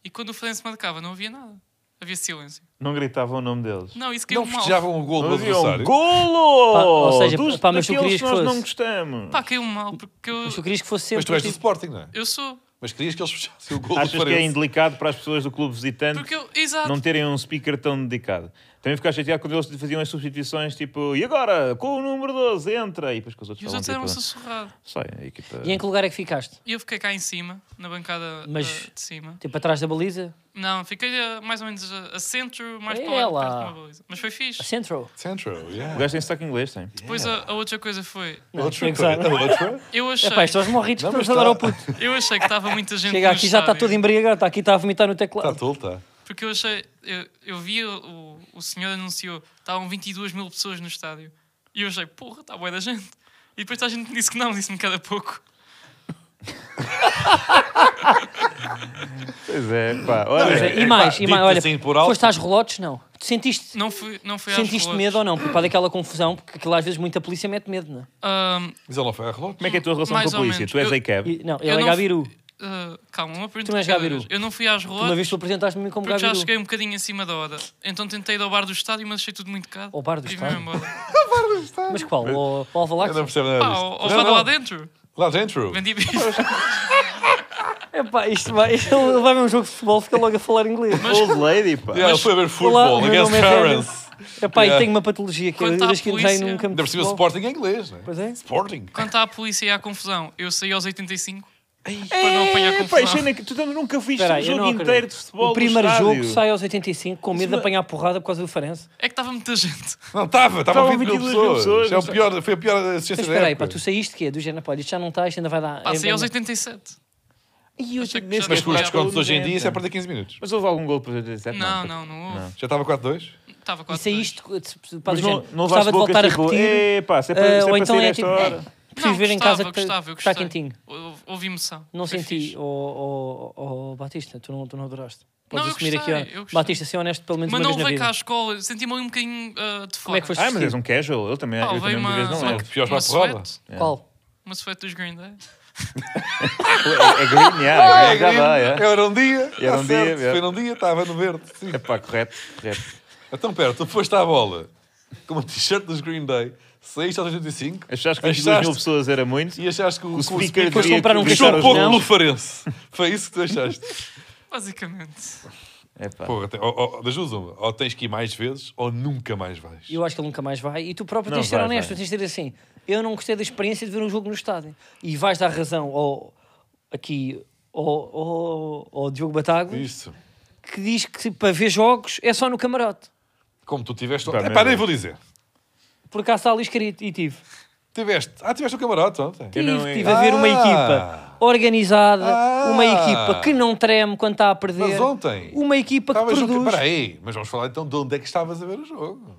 D: e quando o Farense marcava não havia nada, havia silêncio.
B: Não gritavam o nome deles.
D: Não, isso caiu
A: Não
D: mal.
A: festejavam o gol do
B: Não diziam
A: adversário.
B: golo!
C: Pá, ou seja,
B: dos,
C: pá, mas tu
B: daqueles
C: querias
B: que
C: que
B: nós não
C: fosse.
B: gostamos.
D: Pá, caiu mal, porque eu,
C: mas tu querias que fosse
A: Mas
C: sempre.
A: tu és do
C: tipo-
A: Sporting, não é?
D: eu sou.
A: Mas querias que eles fechassem o gol do
B: Achas que é
A: Farense.
B: indelicado para as pessoas do clube visitante
D: Porque eu, exato,
B: não terem um speaker tão dedicado? Também ficava chateado quando eles faziam as substituições, tipo, e agora? Com o número 12, entra! E depois com os outros
D: e os outros
B: falam,
D: eram
B: tipo,
D: sussurrados.
B: sai, a equipa...
C: E em que lugar é que ficaste?
D: E eu fiquei cá em cima, na bancada
C: Mas-
D: ah, de cima.
C: Tipo, atrás da baliza?
D: Não, fiquei ah, mais ou menos a, a centro, mais
C: É
D: para o lado,
C: lá.
D: perto de uma baliza. Mas foi fixe.
C: A Central?
A: Central,
B: O
A: yeah.
B: gajo tem sotaque inglês, tem.
D: Depois a, a outra coisa foi,
A: Outra
C: tem que
A: coisa.
C: ser.
A: Outra?
D: eu achei...
C: É pá, estes aos morritos que
A: Não, mas
C: estamos a dar ao
A: tá-
C: puto.
D: Eu achei que estava muita gente.
C: Chega
D: no
C: aqui, já tá está
D: estádio,
C: todo embriagado, está aqui, está a vomitar no
A: Está tá.
C: teclado.
A: tolo, está.
D: Porque eu achei. Eu, eu vi o, o senhor anunciou. Estavam 22 mil pessoas no estádio. E eu achei, porra, está boa da gente. E depois toda a gente me disse que não, disse-me cada pouco.
B: Pois é, pá.
C: Pois
B: Olha,
C: é, e mais, e
A: dito
C: mais, olha,
A: assim por alto-
C: foste às relotes, não. Tu sentiste,
D: Não fui, não fui às
C: sentiste
D: relotes.
C: medo ou não? Por causa daquela confusão, porque aquilo às vezes muita polícia mete medo, não é?
D: Ahm,
A: Mas ele não foi a relote.
B: como é que é a tua relação
D: Mais
B: com a
D: ou
B: polícia?
D: menos.
B: Tu és
D: Eu-
B: a cab?
C: E- não, ele
D: Eu
C: é
D: não-
C: Gabiru.
D: ah, calma, uma
C: Tu
D: pergunta.
C: não és
D: de cada vez.
C: Gabiru.
D: Eu não fui às
C: Tu Uma vez
D: relotes
C: tu apresentaste-me a mim como
D: porque já
C: Gabiru.
D: cheguei um bocadinho acima da hora. Então tentei ir ao bar do estádio, mas achei tudo muito caro.
C: Ao bar do
D: E
C: estádio?
D: vim-me embora.
C: Mas qual? O, o Alvalade?
A: Eu não percebo nada
D: Pá,
A: disto.
D: ao, ao
A: Não,
D: lado
A: não.
D: lá dentro.
A: Lá dentro.
D: Vendi
C: Epá, isto vai, ele vai ver um jogo de futebol, fica logo a falar inglês.
B: Old lady, pá.
A: Yeah, ele foi ver futebol
C: meu
A: against
C: nome é
A: Clarence.
C: Fernandes. Epá, e
A: Yeah.
C: tenho uma patologia que eu
D: Quanto à
C: desde que entrei
D: polícia-
C: num campo
A: Ainda por
C: de
A: cima,
C: futebol.
A: Sporting em inglês, né?
C: Pois é.
A: Sporting.
D: Quanto à polícia e à confusão, eu saí aos 85 para não apanhar
B: É, pá,
D: confusão.
B: isto ainda que- tu também nunca viste
C: Espera
B: um
C: aí, eu não
B: jogo
C: acredito.
B: inteiro de futebol
C: O primeiro
B: no
C: jogo
B: estádio.
C: sai aos 85 com medo de apanhar porrada por causa do Farense.
D: É que estava muita gente.
A: Não, estava, estava
B: Estavam
A: 20 mil
B: 22 mil
A: pessoas.
B: pessoas,
A: Isso é
B: não
A: o
B: sei.
A: pior, foi a pior assistência
C: Mas
A: da
C: espera aí,
A: época.
C: pá, tu saíste quê? Do género, pá, olha, isto já não está, isto ainda vai dar.
D: Passei
C: ainda- é
D: aos 87.
B: Ih, eu
D: Achei que
B: nem
D: já
A: Mas
B: sequer
A: com os
D: Já
A: descontos
B: fui
A: hoje em dia, isso é
B: 90.
A: perder 15 minutos.
B: Mas houve algum gol para 87?
D: Não, não, não houve.
A: Já estava 4-2?
D: Estava
C: E
D: quase.
C: saíste, eh, pá,
B: Mas não,
C: do género,
B: não
C: gostava de voltar a
B: Epá, se
C: repetir.
B: é
C: eh,
B: para, se é
C: ou
B: para
C: então
B: sair
C: é
B: esta
C: tipo.
B: hora.
C: eh, Prefiro ver em casa que
D: gostava, eu
C: está
D: gostei.
C: quentinho.
D: Hou- Houve emoção.
C: Não
D: Foi
C: senti,
D: fixe.
C: o oh, oh, oh, Batista, tu não, tu não adoraste. Podes
D: eu
C: assumir
D: gostei,
C: aqui,
D: eu
C: ó.
D: gostei.
C: Batista, ser honesto pelo menos
D: Mas
C: uma
D: não
C: vez na
D: veio
C: vida.
D: cá à escola, senti-me ali um bocadinho ah, de fora.
C: Como é que foste?
B: Ah, mas és um casual. Eu também,
D: Pá,
B: eu também
D: veio uma,
B: uma vez não é
D: uma,
B: era.
A: Pior para
D: uma
A: a porrada.
D: suéte.
C: Qual?
D: Uma suéte dos Green Day.
B: É, é green, yeah, é green, já vai, é.
A: Era um dia,
B: Era
A: tá
B: um
A: certo,
B: dia, é.
A: foi num dia, estava no verde. Sim.
B: Epá, correto, correto.
A: Então, pera, tu foste à bola com uma t-shirt dos Green Day, saíste aos 85
B: Achaste que 22 mil pessoas era muito?
A: e achaste que o,
B: O
A: que o
B: speaker
A: speaker
C: Foste
B: devia
C: comprar um
B: gritar
A: puxou
C: Deixaram
A: um
C: os
A: pouco
C: não.
A: no farense. Foi isso que tu achaste.
D: Basicamente.
B: Epá.
A: Porra, tem- ou- ou- das duas uma, ou tens que ir mais vezes ou nunca mais vais.
C: Eu acho que ele nunca mais vai. E tu próprio
B: Não,
C: tens de ser
B: vai,
C: honesto,
B: vai.
C: tens de dizer assim: eu não gostei da experiência de ver um jogo no estádio. E vais dar razão ao, aqui ao, ao, ao Diogo Batago
A: Isso.
C: que diz que para ver jogos é só no camarote.
A: Como tu tiveste.
B: Pá,
A: Pá,
B: meu
A: nem
B: Deus.
A: vou dizer.
C: Por acaso está ali escrito e tive.
A: Tiveste. Ah, tiveste o camarote ontem.
B: Eu
C: Tive,
B: não-
C: tive a ver uma
A: Ah!
C: equipa organizada,
A: Ah!
C: uma equipa que não treme quando está a perder.
A: Mas ontem.
C: Uma equipa que
A: Estavas no-
C: produz.
A: Espera aí, mas vamos falar então de onde é que estavas a ver o jogo.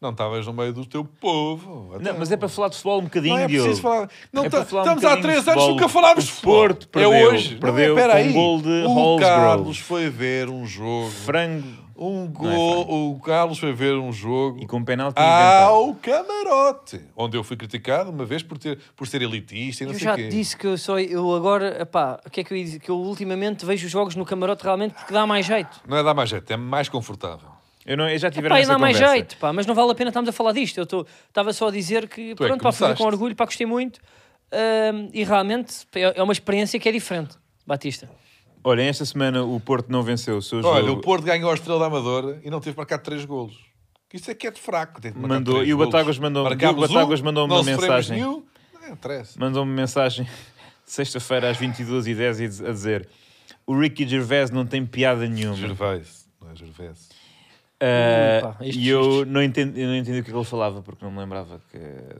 A: Não estavas no meio do teu povo. Até-
B: Não, mas é para falar de futebol um bocadinho,
A: Então, Não é
B: Diogo.
A: preciso falar. Não
B: É
A: tá-
B: para falar um
A: estamos há
B: bocadinho
A: três
B: de
A: anos
B: futebol.
A: nunca falámos de
B: O
A: futebol.
B: Porto perdeu-
A: É hoje.
B: perdeu
A: Não, espera
B: com um
A: aí.
B: gol de
A: O
B: Hallsgrove.
A: Carlos foi ver um jogo.
B: Frango
A: Um
B: Não é
A: gol. o Carlos foi ver um jogo.
B: e com um penalti inventado.
A: ao camarote, onde eu fui criticado uma vez por, ter, por ser elitista e não
C: Eu
A: sei
C: já
A: o
C: te
A: quê.
C: disse que eu só eu agora, epá, o que é que eu ia dizer? Que eu ultimamente vejo os jogos no camarote realmente que dá mais jeito.
A: Não é dar mais jeito, é mais confortável.
B: Eu, não, eu já tive
C: Pá, e
B: essa
C: dá mais
B: conversa.
C: jeito, pá, mas não vale a pena estarmos a falar disto. Eu tô- estava só a dizer que,
A: é que
C: pronto, pá, fazer com
A: começaste.
C: orgulho, pá, gostei muito. Ahm, e realmente é é uma experiência que é diferente, Batista.
B: Olha, esta semana o Porto não venceu o seu jogo.
A: Olha, o Porto ganhou a Estrela da Amadora e não teve marcado três golos. Isso é que é de fraco. tem de marcar
B: Mandou-
A: três
B: e o
A: golos.
B: Batagas mandou-
A: Marcámos
B: Diogo Batagas
A: um,
B: mandou-me
A: não
B: uma
A: sofremos
B: mensagem.
A: nenhum. Não interessa.
B: mandou-me mensagem sexta-feira às 22h10 e diz- a dizer o Ricky Gervais não tem piada nenhuma.
A: Gervais, não é Gervais.
B: Ah,
C: Ui, pá, estes
B: e eu
C: chistes.
B: não, entendi, eu não entendi o que ele falava porque não me lembrava que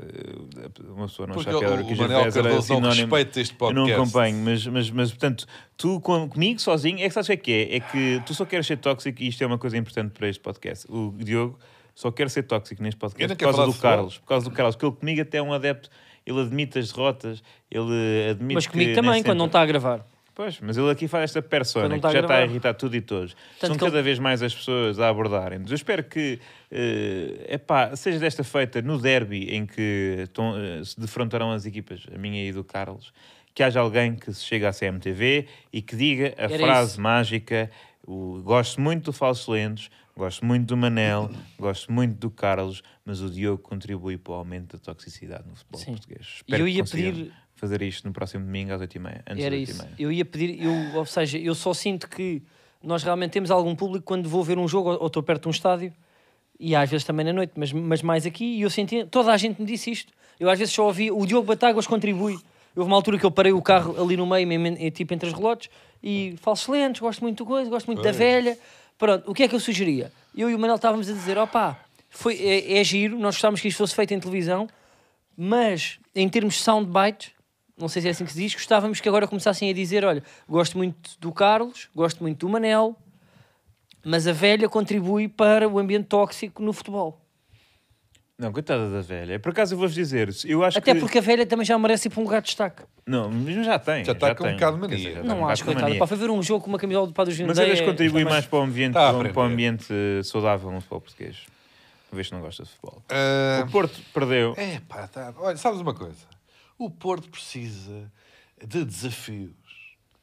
B: eh, uma pessoa não
A: Porque
B: achava
A: o,
B: piada. Ricky
A: o Manuel
B: Gervais era
A: Cardoso não
B: sinónimo.
A: respeita este
B: Eu não
A: podcast.
B: acompanho, mas, mas, mas portanto, tu com- comigo sozinho, é que sabes o que é que é? É que tu só queres ser tóxico e isto é uma coisa importante para este podcast. O Diogo só quer ser tóxico neste
A: Eu
B: podcast
A: não
B: por
A: quero
B: causa
A: falar
B: do
A: de futebol.
B: Carlos. Por causa do Carlos, porque ele comigo até é um adepto, ele admite as derrotas, ele admite.
C: Mas
B: que
C: comigo
B: nem
C: também,
B: sempre-
C: quando não está a gravar.
B: Pois, mas ele aqui faz esta persona
C: Quando não
B: que
C: está a
B: já está a
C: gravar.
B: irritar tudo e todos. São
C: que
B: cada vez mais as pessoas a abordarem-nos. Eu espero que, eh, epá, seja desta feita no derby em que estão, eh, se defrontarão as equipas, a minha e do Carlos, que haja alguém que se chegue à CMTV e que diga a
C: Era
B: frase
C: isso.
B: mágica: o, gosto muito do Falsos Lentos, gosto muito do Manel, gosto muito do Carlos, mas o Diogo contribui para o aumento da toxicidade no futebol
C: Sim.
B: português.
C: E
B: Espero
C: eu
B: que
C: ia
B: consigam
C: pedir-
B: Fazer isto no próximo domingo às 8h30. Antes
C: Era
B: das
C: isso.
B: 8h30.
C: Eu ia pedir, eu, ou seja, eu só sinto que nós realmente temos algum público quando vou ver um jogo ou- ou estou perto de um estádio e às vezes também na noite, mas, mas mais aqui. E eu senti, toda a gente me disse isto. Eu às vezes só ouvi, o Diogo Batáguas contribui. Houve uma altura que eu parei o carro ali no meio, mesmo em- tipo entre os relotes, e falsos lentes, gosto muito do coisa, gosto muito da velha. Pronto, o que é que eu sugeria? Eu e o Manel estávamos a dizer: opá, foi, é, é giro, nós gostávamos que isto fosse feito em televisão, mas em termos de soundbites, não sei se é assim que se diz, gostávamos que agora começassem a dizer: olha, gosto muito do Carlos, gosto muito do Manel, mas a velha contribui para o ambiente tóxico no futebol.
B: Não, coitada da velha. Por acaso eu vou-vos dizer, eu acho
C: Até
B: que...
C: porque a velha também já merece ir para um lugar de destaque.
B: Não, mas já tem.
A: Já está com um
B: tem.
A: bocado de mania.
B: Quer dizer, já tem um
C: Não acho,
B: bocado de
C: coitada.
B: mania.
C: Para foi ver um jogo com uma camisola do Padre Jundé...
B: Mas eles
C: é-
B: contribui
C: também-
B: mais para o ambiente,
A: Está Tá a
B: para, o
A: aprender.
B: ambiente eh, saudável no futebol português. Uma vez que não gosta de futebol.
A: Ah,
B: O Porto perdeu.
A: É pá, tá. Olha, sabes uma coisa? O Porto precisa de desafios.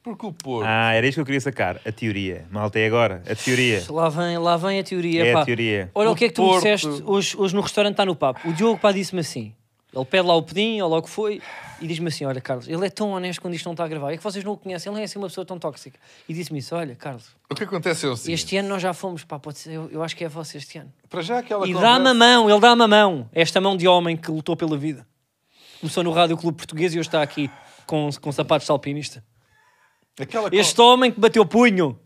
A: Porque o Porto.
B: Ah, era isto que eu queria sacar. A teoria. Malta, é agora. A teoria.
C: Lá vem, lá vem a teoria.
B: É a
C: pá.
B: teoria.
C: Olha o,
A: O
C: que é que tu
A: Porto-
C: me disseste hoje, hoje no restaurante, está no papo. O Diogo pá disse-me assim: ele pede lá o pedim, ou logo foi, e diz-me assim: Olha, Carlos, ele é tão honesto quando isto não está a gravar. É que vocês não o conhecem, ele é assim uma pessoa tão tóxica. E disse-me isso: Olha, Carlos,
A: O que acontece é o seguinte:
C: este ano nós já fomos, pá, pode ser, eu, eu acho que é vosso este ano.
A: para já aquela
C: E
A: conversa-
C: dá-me a mão, ele dá-me a mão. Esta mão de homem que lutou pela vida. Começou no Rádio Clube Português e hoje está aqui com, com sapatos de alpinista.
A: aquela con-
C: Este homem que bateu punho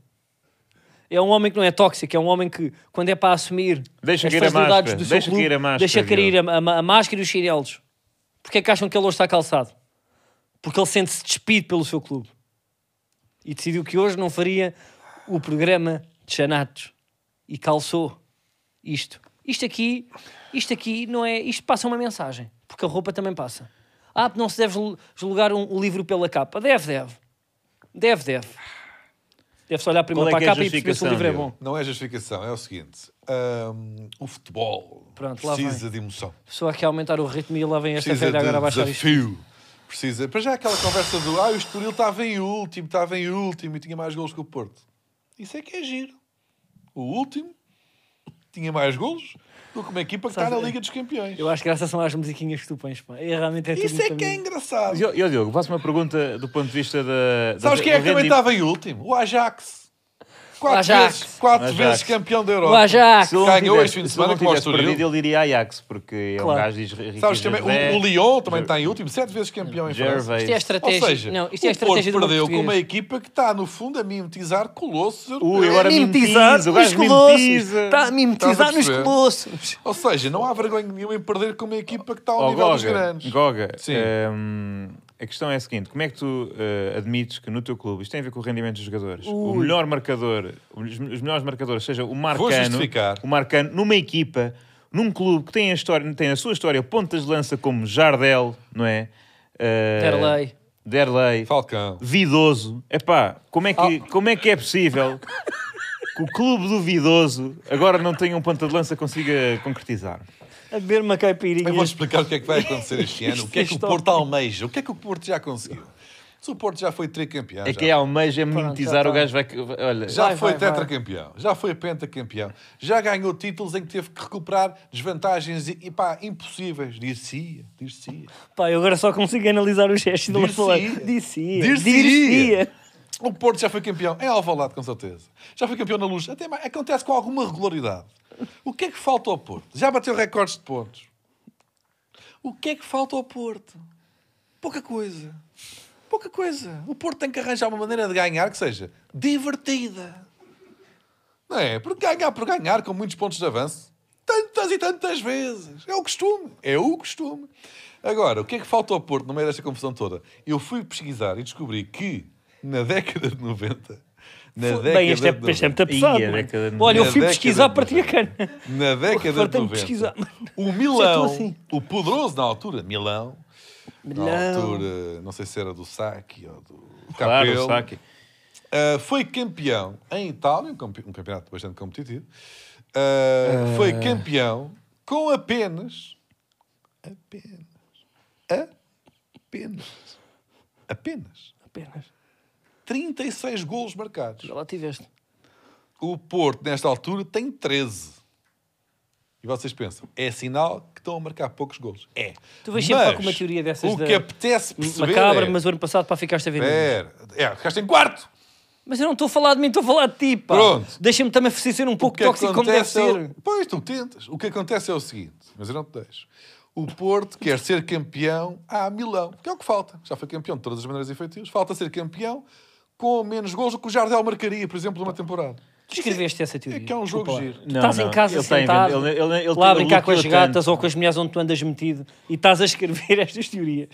C: é um homem que não é tóxico, é um homem que, quando é para assumir
B: Deixa
C: as
B: cair a
C: fragilidades
B: máscara,
C: do seu
B: deixa
C: clube,
B: cair a máscara,
C: deixa cair a, a- a máscara e os chinelos. Porquê é que acham que ele hoje está calçado? Porque ele sente-se despido pelo seu clube. E decidiu que hoje não faria o programa de Xanatos. E calçou isto. Isto aqui, isto aqui não é. Isto passa uma mensagem, porque a roupa também passa. Ah, não se deve jul- julgar um, um livro pela capa. Deve, deve. Deve, deve. Deve-se olhar primeiro
B: Qual é que
C: para a
B: é a
C: capa e perceber se o
B: justificação,
C: livro é
B: Diogo?
C: bom.
A: Não é justificação, é o seguinte: hum, o futebol
C: Pronto, lá
A: precisa de emoção.
C: pessoa que aumentar o ritmo e lá vem esta
A: Precisa
C: velha agora a
A: de
C: baixar isto.
A: desafio. Precisa. Para já aquela conversa do ah, o Estoril estava em último, estava em último e tinha mais golos que o Porto. Isso é que é giro. O último tinha mais golos do que uma equipa que está na
C: Sabe-
A: Liga dos Campeões.
C: Eu acho que graças são às musiquinhas que tu pões, pá. É, realmente é tudo
A: Isso é
C: muito
A: que é
C: amigo.
A: engraçado.
B: E eu, eu, Diogo, faço uma pergunta do ponto de vista da. da
A: Sabes quem é que
B: do
A: também
B: rendi-
A: estava em último? O Ajax. Quatro,
C: O Ajax.
A: Vezes, quatro
B: O Ajax.
A: vezes campeão da Europa.
C: O Ajax!
B: Se ele não
A: Ganhou
B: tivesse-
A: este fim de
B: se
A: semana
B: ele
A: com o
B: não tivesse
A: Estoril.
B: perdido, ele iria a Ajax, porque é um
C: Claro.
B: gajo diz é rico.
A: Sabes também, o, o Lyon também está em último, sete vezes campeão em França.
B: Gervais.
C: Isto é a estratégia.
A: Ou seja,
C: não, isto é a
A: o Porto
C: estratégia do
A: perdeu
C: português.
A: com
B: é
A: uma equipa que está, no fundo, a mimetizar colossos europeus.
B: Ui, agora
C: Mimetizar
B: mimetiza, o
C: nos
B: gajo
C: colossos.
B: mimetiza.
C: Está a mimetizar
A: Estás a
C: nos
A: perceber?
C: colossos.
A: Ou seja, não há vergonha nenhuma em perder com uma equipa que está ao
B: Ó,
A: nível dos
B: Goga,
A: grandes.
B: Goga,
A: Sim.
B: ehm, a questão é a seguinte: como é que tu eh, admites que no teu clube, isto tem a ver com o rendimento dos jogadores, o
C: Ui.
B: melhor marcador, os, os melhores marcadores, seja o
A: Vou
B: Marcano,
A: justificar.
B: o Marcano, numa equipa, num clube que tem a, história, tem a sua história pontas de lança como Jardel, não é? Eh,
C: Derlei.
B: Derlei,
A: Falcão.
B: Vidoso. Epá, como é que, como é, que é possível que o clube do Vidoso agora não tenha um ponta de lança que consiga concretizar?
C: A beber uma
B: Tá
C: caipirinha.
A: Eu vou explicar o que é que vai acontecer este ano, o que é que o
C: Isto é
A: Porto almeja, o que é que o Porto já conseguiu. Se o Porto já foi tricampeão,
B: É
A: já
B: que é almeja
C: já
B: monetizar,
C: tá.
B: o gajo vai. que- vai- Olha,
A: Já
C: Vai,
A: foi
C: vai, vai.
A: tetracampeão, já foi pentacampeão, já ganhou títulos em que teve que recuperar desvantagens e, e pá, impossíveis. Dir-se-ia, dir-se-ia.
C: Pá, eu agora só consigo analisar os gestos do
A: Dir-se-ia.
C: Barcelona. Disse.
B: É
A: Dir-se-ia. O Porto já foi campeão, em Alvalade com certeza. Já foi campeão na Luz, até mais, acontece com alguma regularidade. O que é que falta ao Porto? Já bateu recordes de pontos. O que é que falta ao Porto? Pouca coisa. Pouca coisa. O Porto tem que arranjar uma maneira de ganhar que seja divertida. Não é? Porque ganhar por ganhar, com muitos pontos de avanço, tantas e tantas vezes. É o costume. É o costume. Agora, o que é que falta ao Porto no meio desta confusão toda? Eu fui pesquisar e descobri que na década de 90. Na década
C: Bem, este é,
A: de 90,
C: este é muito pesado.
B: Ia,
C: mano.
B: década de
C: Olha, eu
A: na
C: fui
A: É década
C: pesquisar
A: de
C: para ti a
A: 90.
C: cana.
A: Na década de 90,
C: Fartei-me de pesquisar.
A: o
C: Já
A: Milão,
C: estou assim.
A: o poderoso na altura, Milão, na
C: Milão.
A: altura, não sei se era do Sacchi ou do
B: claro,
A: Capello,
B: saque.
A: ah, foi campeão em Itália, um, campe- um campeonato bastante competitivo, Ah, foi campeão com apenas, apenas, apenas, apenas
C: Apenas.
A: 36 golos marcados.
C: Já lá tiveste.
A: O Porto, nesta altura, tem 13. E vocês pensam, é sinal que estão a marcar poucos golos. É.
C: Tu vais sempre com uma teoria dessas
A: O
C: da-
A: que apetece perceber.
C: Macabra,
A: é,
C: mas o ano passado para ficaste a ver.
A: Espera. É, ficaste em quarto.
C: Mas eu não estou a falar de mim, estou a falar de ti, pá.
A: Pronto.
C: Deixa-me também ser um
A: O
C: pouco
A: que
C: tóxico como deve
A: acontece é o-
C: ser.
A: Pois, tu tentas. O que acontece é o seguinte, mas eu não te deixo. O Porto quer ser campeão a Milão, que é o que falta. Já foi campeão de todas as maneiras efetivas. Falta ser campeão com menos golos do que o Jardel marcaria, por exemplo, numa temporada.
C: Tu escreveste essa teoria.
A: É que é um jogo
C: Desculpa lá.
A: giro.
C: Tu estás em casa
B: ele está
C: sentado,
B: inventando- ele- ele- ele-
C: lá a
B: ele
C: brincar com as
B: bloqueou tanto.
C: gatas ou com as mulheres onde tu andas metido e estás a escrever estas teorias.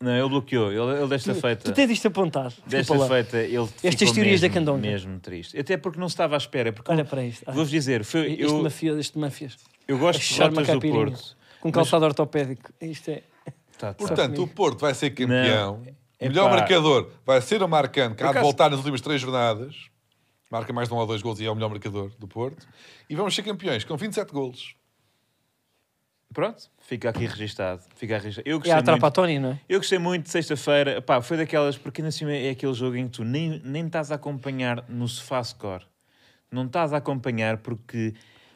B: Não, ele bloqueou. Ele, ele desta feita.
C: Tu tens isto apontado.
B: Desta
C: Desculpa lá.
B: feita, ele
C: Estas
B: ficou
C: teorias
B: mesmo,
C: da candonga.
B: mesmo triste. Até porque não estava à espera. Porque
C: Olha
B: eu-
C: para isto. Ah,
B: Vou-vos dizer, foi,
C: Este
B: eu,
C: mafia, este mafias.
B: eu gosto de
C: achar uma
B: derrotas do
C: caipirinha.
B: Porto.
C: com calçado ortopédico. Isto é.
B: Tá, tá.
A: Portanto, o Porto vai ser campeão.
B: Epá.
A: Melhor marcador vai ser o Marcano, que há de
B: acaso-
A: voltar nas últimas três jornadas. Marca mais de um ou dois gols e é o melhor marcador do Porto. E vamos ser campeões com 27 golos.
B: Pronto, fica aqui registado. Fica registado. Eu
C: É
B: gostei
C: a
B: muito.
C: Trapatoni, não é?
B: Eu gostei muito de sexta-feira. Pá, foi daquelas, porque ainda assim é aquele jogo em que tu nem, nem estás a acompanhar no sofá score. Não estás a acompanhar porque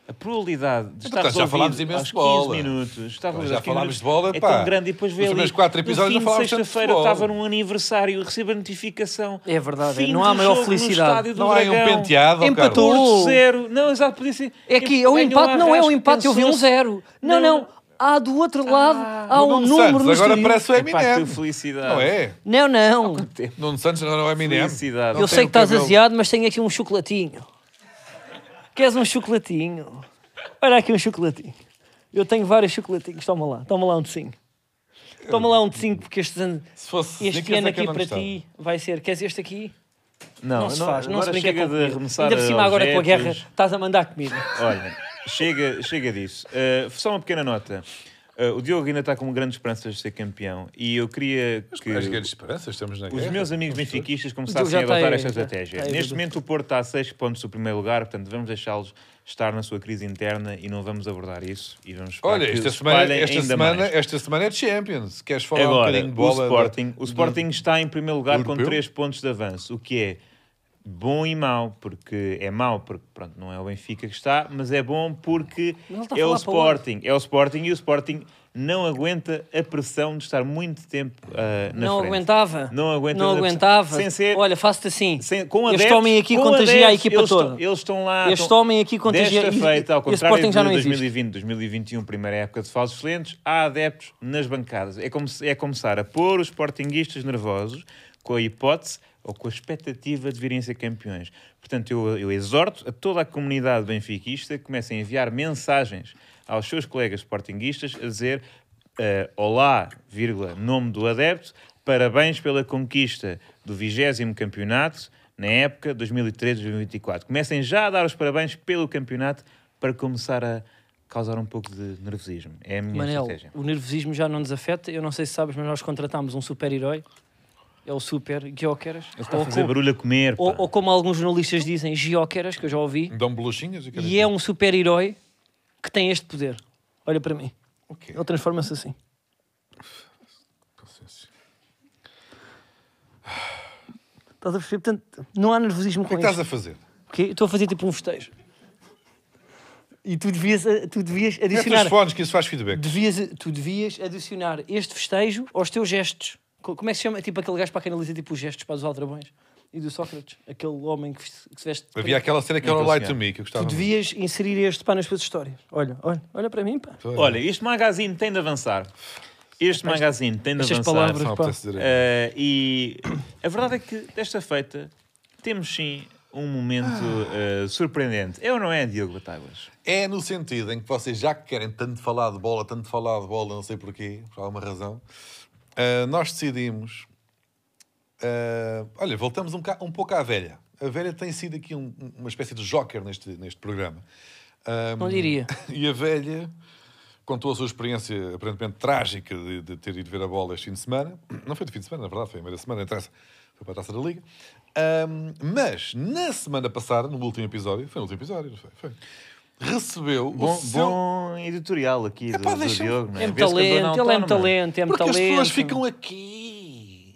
B: a probabilidade de estar
A: Portanto, já falámos
B: resolvido
A: imenso
B: aos
A: de
B: 15
A: bola.
B: minutos, estar
A: Já
B: resolvido aos 15
A: falámos
B: minutos
A: de bola,
B: é
A: pá.
B: tão grande e depois vê
A: Nos
B: ali,
A: primeiros quatro episódios
B: no
A: já
B: fim de
A: falámos tanto de
B: sexta-feira eu
A: bola.
B: estava num aniversário, eu recebo a notificação.
C: É verdade,
B: Fim
C: não há
B: do
C: maior
B: jogo no
C: felicidade.
B: estádio do
A: Não há aí um
B: Dragão.
A: penteado, ó
C: Empatou.
A: Carlos?
B: Porto zero. Não, exato, podia ser.
C: É que o
B: Ganhou
C: empate não é um
B: Arrasca,
C: empate, eu vi um
B: pensou-se-
C: zero. Não, não. Há do outro lado, há
A: O Nuno
C: um número
A: Santos
C: no
A: agora
C: estúdio.
A: parece o
B: Epá, que
A: Eminem.
B: felicidade.
A: É Não é?
C: Não, não.
A: Nuno Santos agora não é o Eminem.
B: Felicidade.
A: Não
C: Eu
A: tem
C: sei
A: o
C: que estás
A: cabelo.
C: aziado, mas tenho aqui um chocolatinho. Queres um chocolatinho? Olha aqui um chocolatinho. Eu tenho vários chocolatinhos. Toma lá, toma lá um de cinco. Toma lá um de cinco, porque este ano,
A: Se fosse
C: este
A: Snickers,
C: ano
A: é que eu
C: aqui
A: não
C: para
A: gostava.
C: ti vai ser. Queres este aqui?
B: Não,
C: Não, se faz, não se
B: agora
C: brinca
B: chega
C: com
B: de
C: comida.
B: arremessar
C: Ainda por cima, agora é com a guerra,
B: objetos.
C: estás a mandar comida.
B: Olha, chega, chega disso. Uh, só uma pequena nota. Uh, o Diogo ainda está com grandes esperanças de ser campeão e eu queria que
A: As grandes esperanças, estamos na
B: os
A: guerra.
B: meus amigos benfiquistas
C: Diogo já
B: começassem a
C: está
B: adotar
C: aí,
B: esta
C: já-
B: estratégia.
C: está aí,
B: Neste
C: Dudu.
B: momento o Porto está a 6 pontos do primeiro lugar, portanto vamos deixá-los estar na sua crise interna e não vamos abordar isso. E vamos esperar
A: Olha,
B: que
A: esta
B: se
A: semana,
B: espalhem
A: esta,
B: ainda
A: semana,
B: mais.
A: esta semana é de Champions. Queres falar um
B: Agora,
A: bocadinho de
B: o
A: bola?
B: Sporting, o Sporting está em primeiro lugar com
A: Europeu?
B: 3 pontos de avanço, o que é bom e mau, porque é mau porque pronto, não é o Benfica que está, mas é bom porque
C: Mas ele está a
B: é o
C: falar para onde?
B: Sporting, é o Sporting e o Sporting não aguenta a pressão de estar muito tempo ah, na
C: não
B: frente.
C: aguentava.
B: Não aguenta.
C: Não aguentava.
B: Sem ser-
C: Olha, faço-te assim.
B: Sem, com
C: este
B: adeptos-
C: homem aqui
B: com
C: contagia a
B: adeptos,
C: equipa
B: eles
C: toda.
B: Estão, eles estão lá.
C: Este
B: estão-
C: homem aqui contagia-
B: Desta feita, ao
C: e o
B: contrário
C: Sporting já
B: de
C: não existe.
B: 2020, 2021, primeira época de falsos excelentes, há adeptos nas bancadas. É, como, se- é começar a pôr os sportinguistas nervosos com a hipótese ou com a expectativa de virem ser campeões. Portanto, eu, eu exorto a toda a comunidade benfiquista que comece a enviar mensagens aos seus colegas sportinguistas a dizer eh, olá, vírgula, nome do adepto, parabéns pela conquista do vigésimo campeonato na época 2013-2024. Comecem já a dar os parabéns pelo campeonato para começar a causar um pouco de nervosismo. É a minha
C: Manel,
B: estratégia.
C: o nervosismo já não nos afeta. Eu não sei se sabes, mas nós contratámos um super-herói. É o super Guioqueras.
B: Ele está
C: Ou
B: a fazer
C: com-
B: barulho a comer. pá.
C: ou, ou como alguns jornalistas dizem, Geóqueras, que eu já ouvi,
A: Dão bolachinhas? eu quero
C: e
A: dizer.
C: é um super-herói que tem este poder. Olha para mim,
A: O quê?
C: ele transforma-se assim.
A: Paciência.
C: Estás a perceber? Portanto, não há nervosismo
A: O que
C: com
A: é que
C: isto.
A: estás a fazer?
C: ok? Estou a fazer tipo um festejo. E tu devias, eh, tu devias
A: Mete os
C: adicionar.
A: fones que isso faz feedback.
C: Devias, tu devias adicionar este festejo aos teus gestos. Co- Como é que se chama? Tipo aquele gajo para quem analisa tipo, os gestos para os aldrabões. E do Sócrates, aquele homem que, veste- que se veste. de
A: Havia
C: preto.
A: aquela cena que era o
B: Então,
A: Light to
B: senhor.
A: Me, que eu gostava
C: Tu
A: muito.
C: devias inserir este pá nas tuas histórias. Olha, olha, olha para mim, pá.
A: Foi.
B: Olha, este magazine tem de avançar. Este magazine tem de
C: estas
B: avançar.
C: palavras.
A: Não,
C: pá.
A: apetece dizer aí.
B: Eh, e a verdade é que desta feita temos sim um momento eh, surpreendente. Eu não é, Diogo Batáguas?
A: É no sentido em que vocês já que querem tanto falar de bola, tanto falar de bola, não sei porquê, por alguma razão, ah, nós decidimos. ah, olha, voltamos um, boca- um pouco à velha. A velha tem sido aqui um- uma espécie de joker neste, neste programa. Ah,
C: Não diria.
A: E a velha contou a sua experiência aparentemente trágica de, de ter ido ver a bola este fim de semana. Não foi de fim de semana, na verdade, foi a primeira semana, interessa. Foi para a taça da Liga. Ahm, mas na semana passada, no último episódio, foi no último episódio, não foi? Foi. Recebeu o
B: Bom,
A: seu...
B: bom editorial aqui do,
A: Epá,
B: do
A: deixa-me-
B: Diogo, não
C: É muito
B: Vê-se que andou na
C: talento, ele é muito
B: autónoma.
C: talento, é muito
A: Porque as pessoas
C: talento.
A: ficam aqui.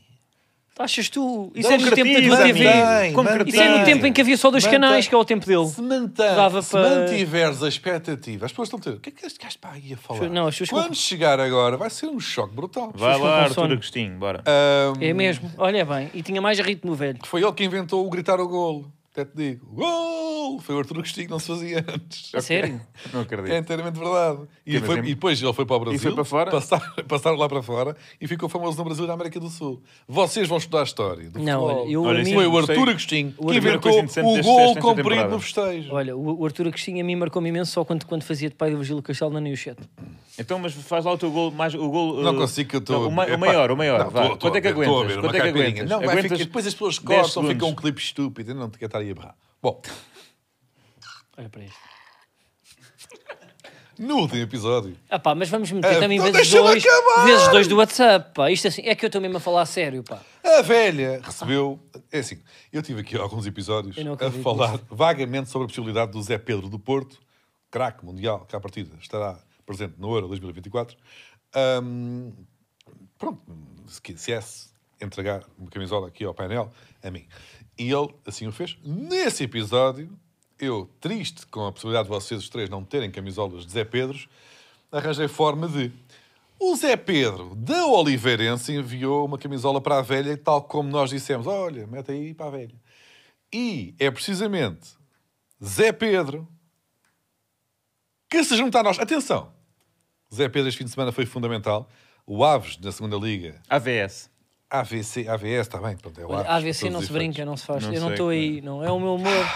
C: Achas tu? Isso
A: Não
C: é no tempo da
A: concretiza,
C: tua TV.
A: mantém, mantém.
C: Isso é no tempo em que havia só dois
A: Mantém.
C: canais, que é o tempo dele.
A: Se, mantém,
C: Dava
A: se
C: para-
A: mantiveres a expectativa, as pessoas estão a ter. O que é que este gajo está aí a falar?
C: Não, as pessoas
A: Quando
C: ficam-
A: chegar agora, vai ser um choque brutal.
B: Vai
C: Vocês ficam
B: lá,
C: com
B: Arthur
C: sono.
B: Agostinho, bora.
A: Ahm,
C: É mesmo, olha bem. E tinha mais ritmo, velho.
A: Foi ele que inventou o gritar o golo. Até te digo, gol! Foi o Arturo Castilho, não se fazia antes.
C: A sério?
B: Não
A: É
B: acredito.
A: inteiramente verdade. E,
B: Sim, mas
A: foi-
B: é-
A: e depois ele foi para o Brasil.
B: foi para fora?
A: Passar, passaram lá para fora e ficou famoso no Brasil e na América do Sul. Vocês vão estudar a história do
C: Não,
A: futebol.
C: olha, eu
B: Olha,
C: a
B: isso
C: mim-
A: Foi o Arturo
B: Sei.
A: Agostinho que
B: primeira
A: inventou
B: coisa interessante
A: o
B: deste-
A: gol
B: desta
A: comprido
B: temporada.
A: no festejo.
C: Olha, o o Arthur Agostinho a mim marcou-me imenso só quando, quando fazia de pai do Virgílio Castelo na New 7.
B: Então, mas faz lá o teu gol. Mais, o gol
A: Não
B: eh,
A: consigo que eu estou...
B: O, ma- o maior, o maior. vá. Quanto é que aguentas? Quanto é que aguentas?
A: Não, vai
B: Aguentas
A: ficar- depois as pessoas
B: 10
A: cortam, fica
B: segundos.
A: um clipe estúpido. Eu não te quero estar aí a berrar. Bom,
C: Olha para isto.
A: No último episódio.
C: Ah pá, mas vamos meter
A: Ah,
C: também
A: então
C: vezes
A: deixa-me
C: dois,
A: acabar!
C: vezes dois do WhatsApp, pá. Isto assim, é que eu estou mesmo a falar a sério, pá.
A: A velha recebeu. É assim, eu tive aqui alguns episódios
C: Eu não
A: a
C: acredito
A: falar vagamente sobre a possibilidade do Zé Pedro do Porto, craque mundial, que à partida estará presente no Euro 2024. ahm, pronto, se quisesse entregar uma camisola aqui ao painel, a mim. E ele assim o fez. Nesse episódio, eu, triste com a possibilidade de vocês os três não terem camisolas de Zé Pedros, arranjei forma de. O Zé Pedro da Oliveirense enviou uma camisola para a velha, tal como nós dissemos: olha, mete aí para a velha. E é precisamente Zé Pedro que se junta a nós. Atenção! Zé Pedro este fim de semana foi fundamental. O Aves, na segunda liga,
B: AVS.
A: AVC, AVS, está bem, pronto, é o Aves.
C: Olha,
A: para
C: AVC
A: todos
C: não
A: os
C: se
A: efeitos.
C: brinca, não se faz.
B: Não
C: eu não
B: sei,
C: estou aí, não. É o meu humor.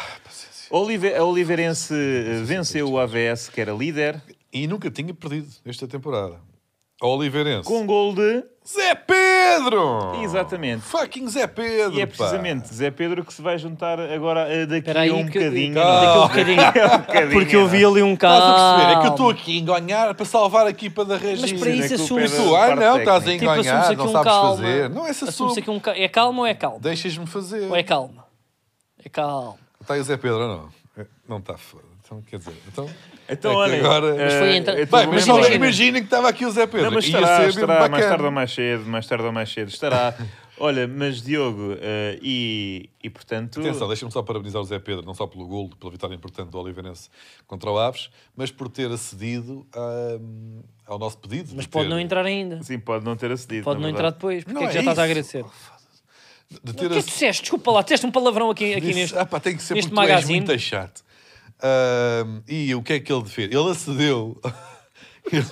B: Olive- A Oliveirense eh, venceu o AVS, que era líder,
A: E nunca tinha perdido esta temporada. A Oliveirense.
B: com um gol de...
A: Zé Pedro!
B: Exatamente.
A: Fucking Zé Pedro!
B: E é
A: pá.
B: precisamente Zé Pedro que se vai juntar agora eh, daqui
C: Espera aí,
B: a um
C: que eu-
B: bocadinho.
C: daqui a um bocadinho.
B: Um bocadinho,
C: Porque eu vi
B: não.
C: ali um
A: Estás
C: carro.
A: a perceber? É que eu estou aqui a enganhar para salvar a equipa da Regina.
C: Mas para isso
B: a culpa é da
C: assume-se.
A: Tu, ah,
B: parte
A: não, estás a
B: técnica.
C: Tipo, assume-se
A: enganar,
C: aqui
A: não
C: um
A: sabes
C: calma.
A: fazer. Não, essa assume.
C: Assume-se aqui um ca- É calma ou é calma?
A: Deixas-me fazer.
C: Ou é calma? É calma.
A: Está aí o Zé Pedro, ou não? É, Não está foda. Então, quer dizer, então...
B: Então,
A: é que
B: olha,
A: agora-
B: eh,
A: Mas
C: foi entre-
B: eu
A: Bem,
B: tô-
A: mas
C: não,
A: imaginem
C: imagina.
A: que estava aqui o Zé Pedro.
B: Não, mas
A: Ia
B: estará,
A: ser
B: estará
A: mesmo
B: mais tarde ou
A: bacana.
B: mais cedo, mais tarde ou mais cedo. Estará. Olha, mas Diogo, eh, e, e portanto.
A: Atenção, deixa-me só parabenizar o Zé Pedro, não só pelo gol, pela vitória importante do Oliveirense contra o Aves, mas por ter acedido hum, ao nosso pedido.
C: Mas
A: de
C: pode
A: ter-
C: não entrar ainda.
B: Sim, pode não ter acedido.
C: Pode
B: na
C: não entrar
B: verdade.
C: depois. Porque
A: é Não
C: é que
A: é
C: já estás a
A: isso.
C: agradecer?
A: de ter
C: O que é que
A: ac-
C: disseste? Desculpa lá, disseste um palavrão aqui, aqui
A: Disse,
C: neste.
A: "Ah pá, tem que ser
C: neste
A: porque tu és
C: magazine."
A: muito chato. Ahm, e o que é que ele fez? Ele acedeu. ele...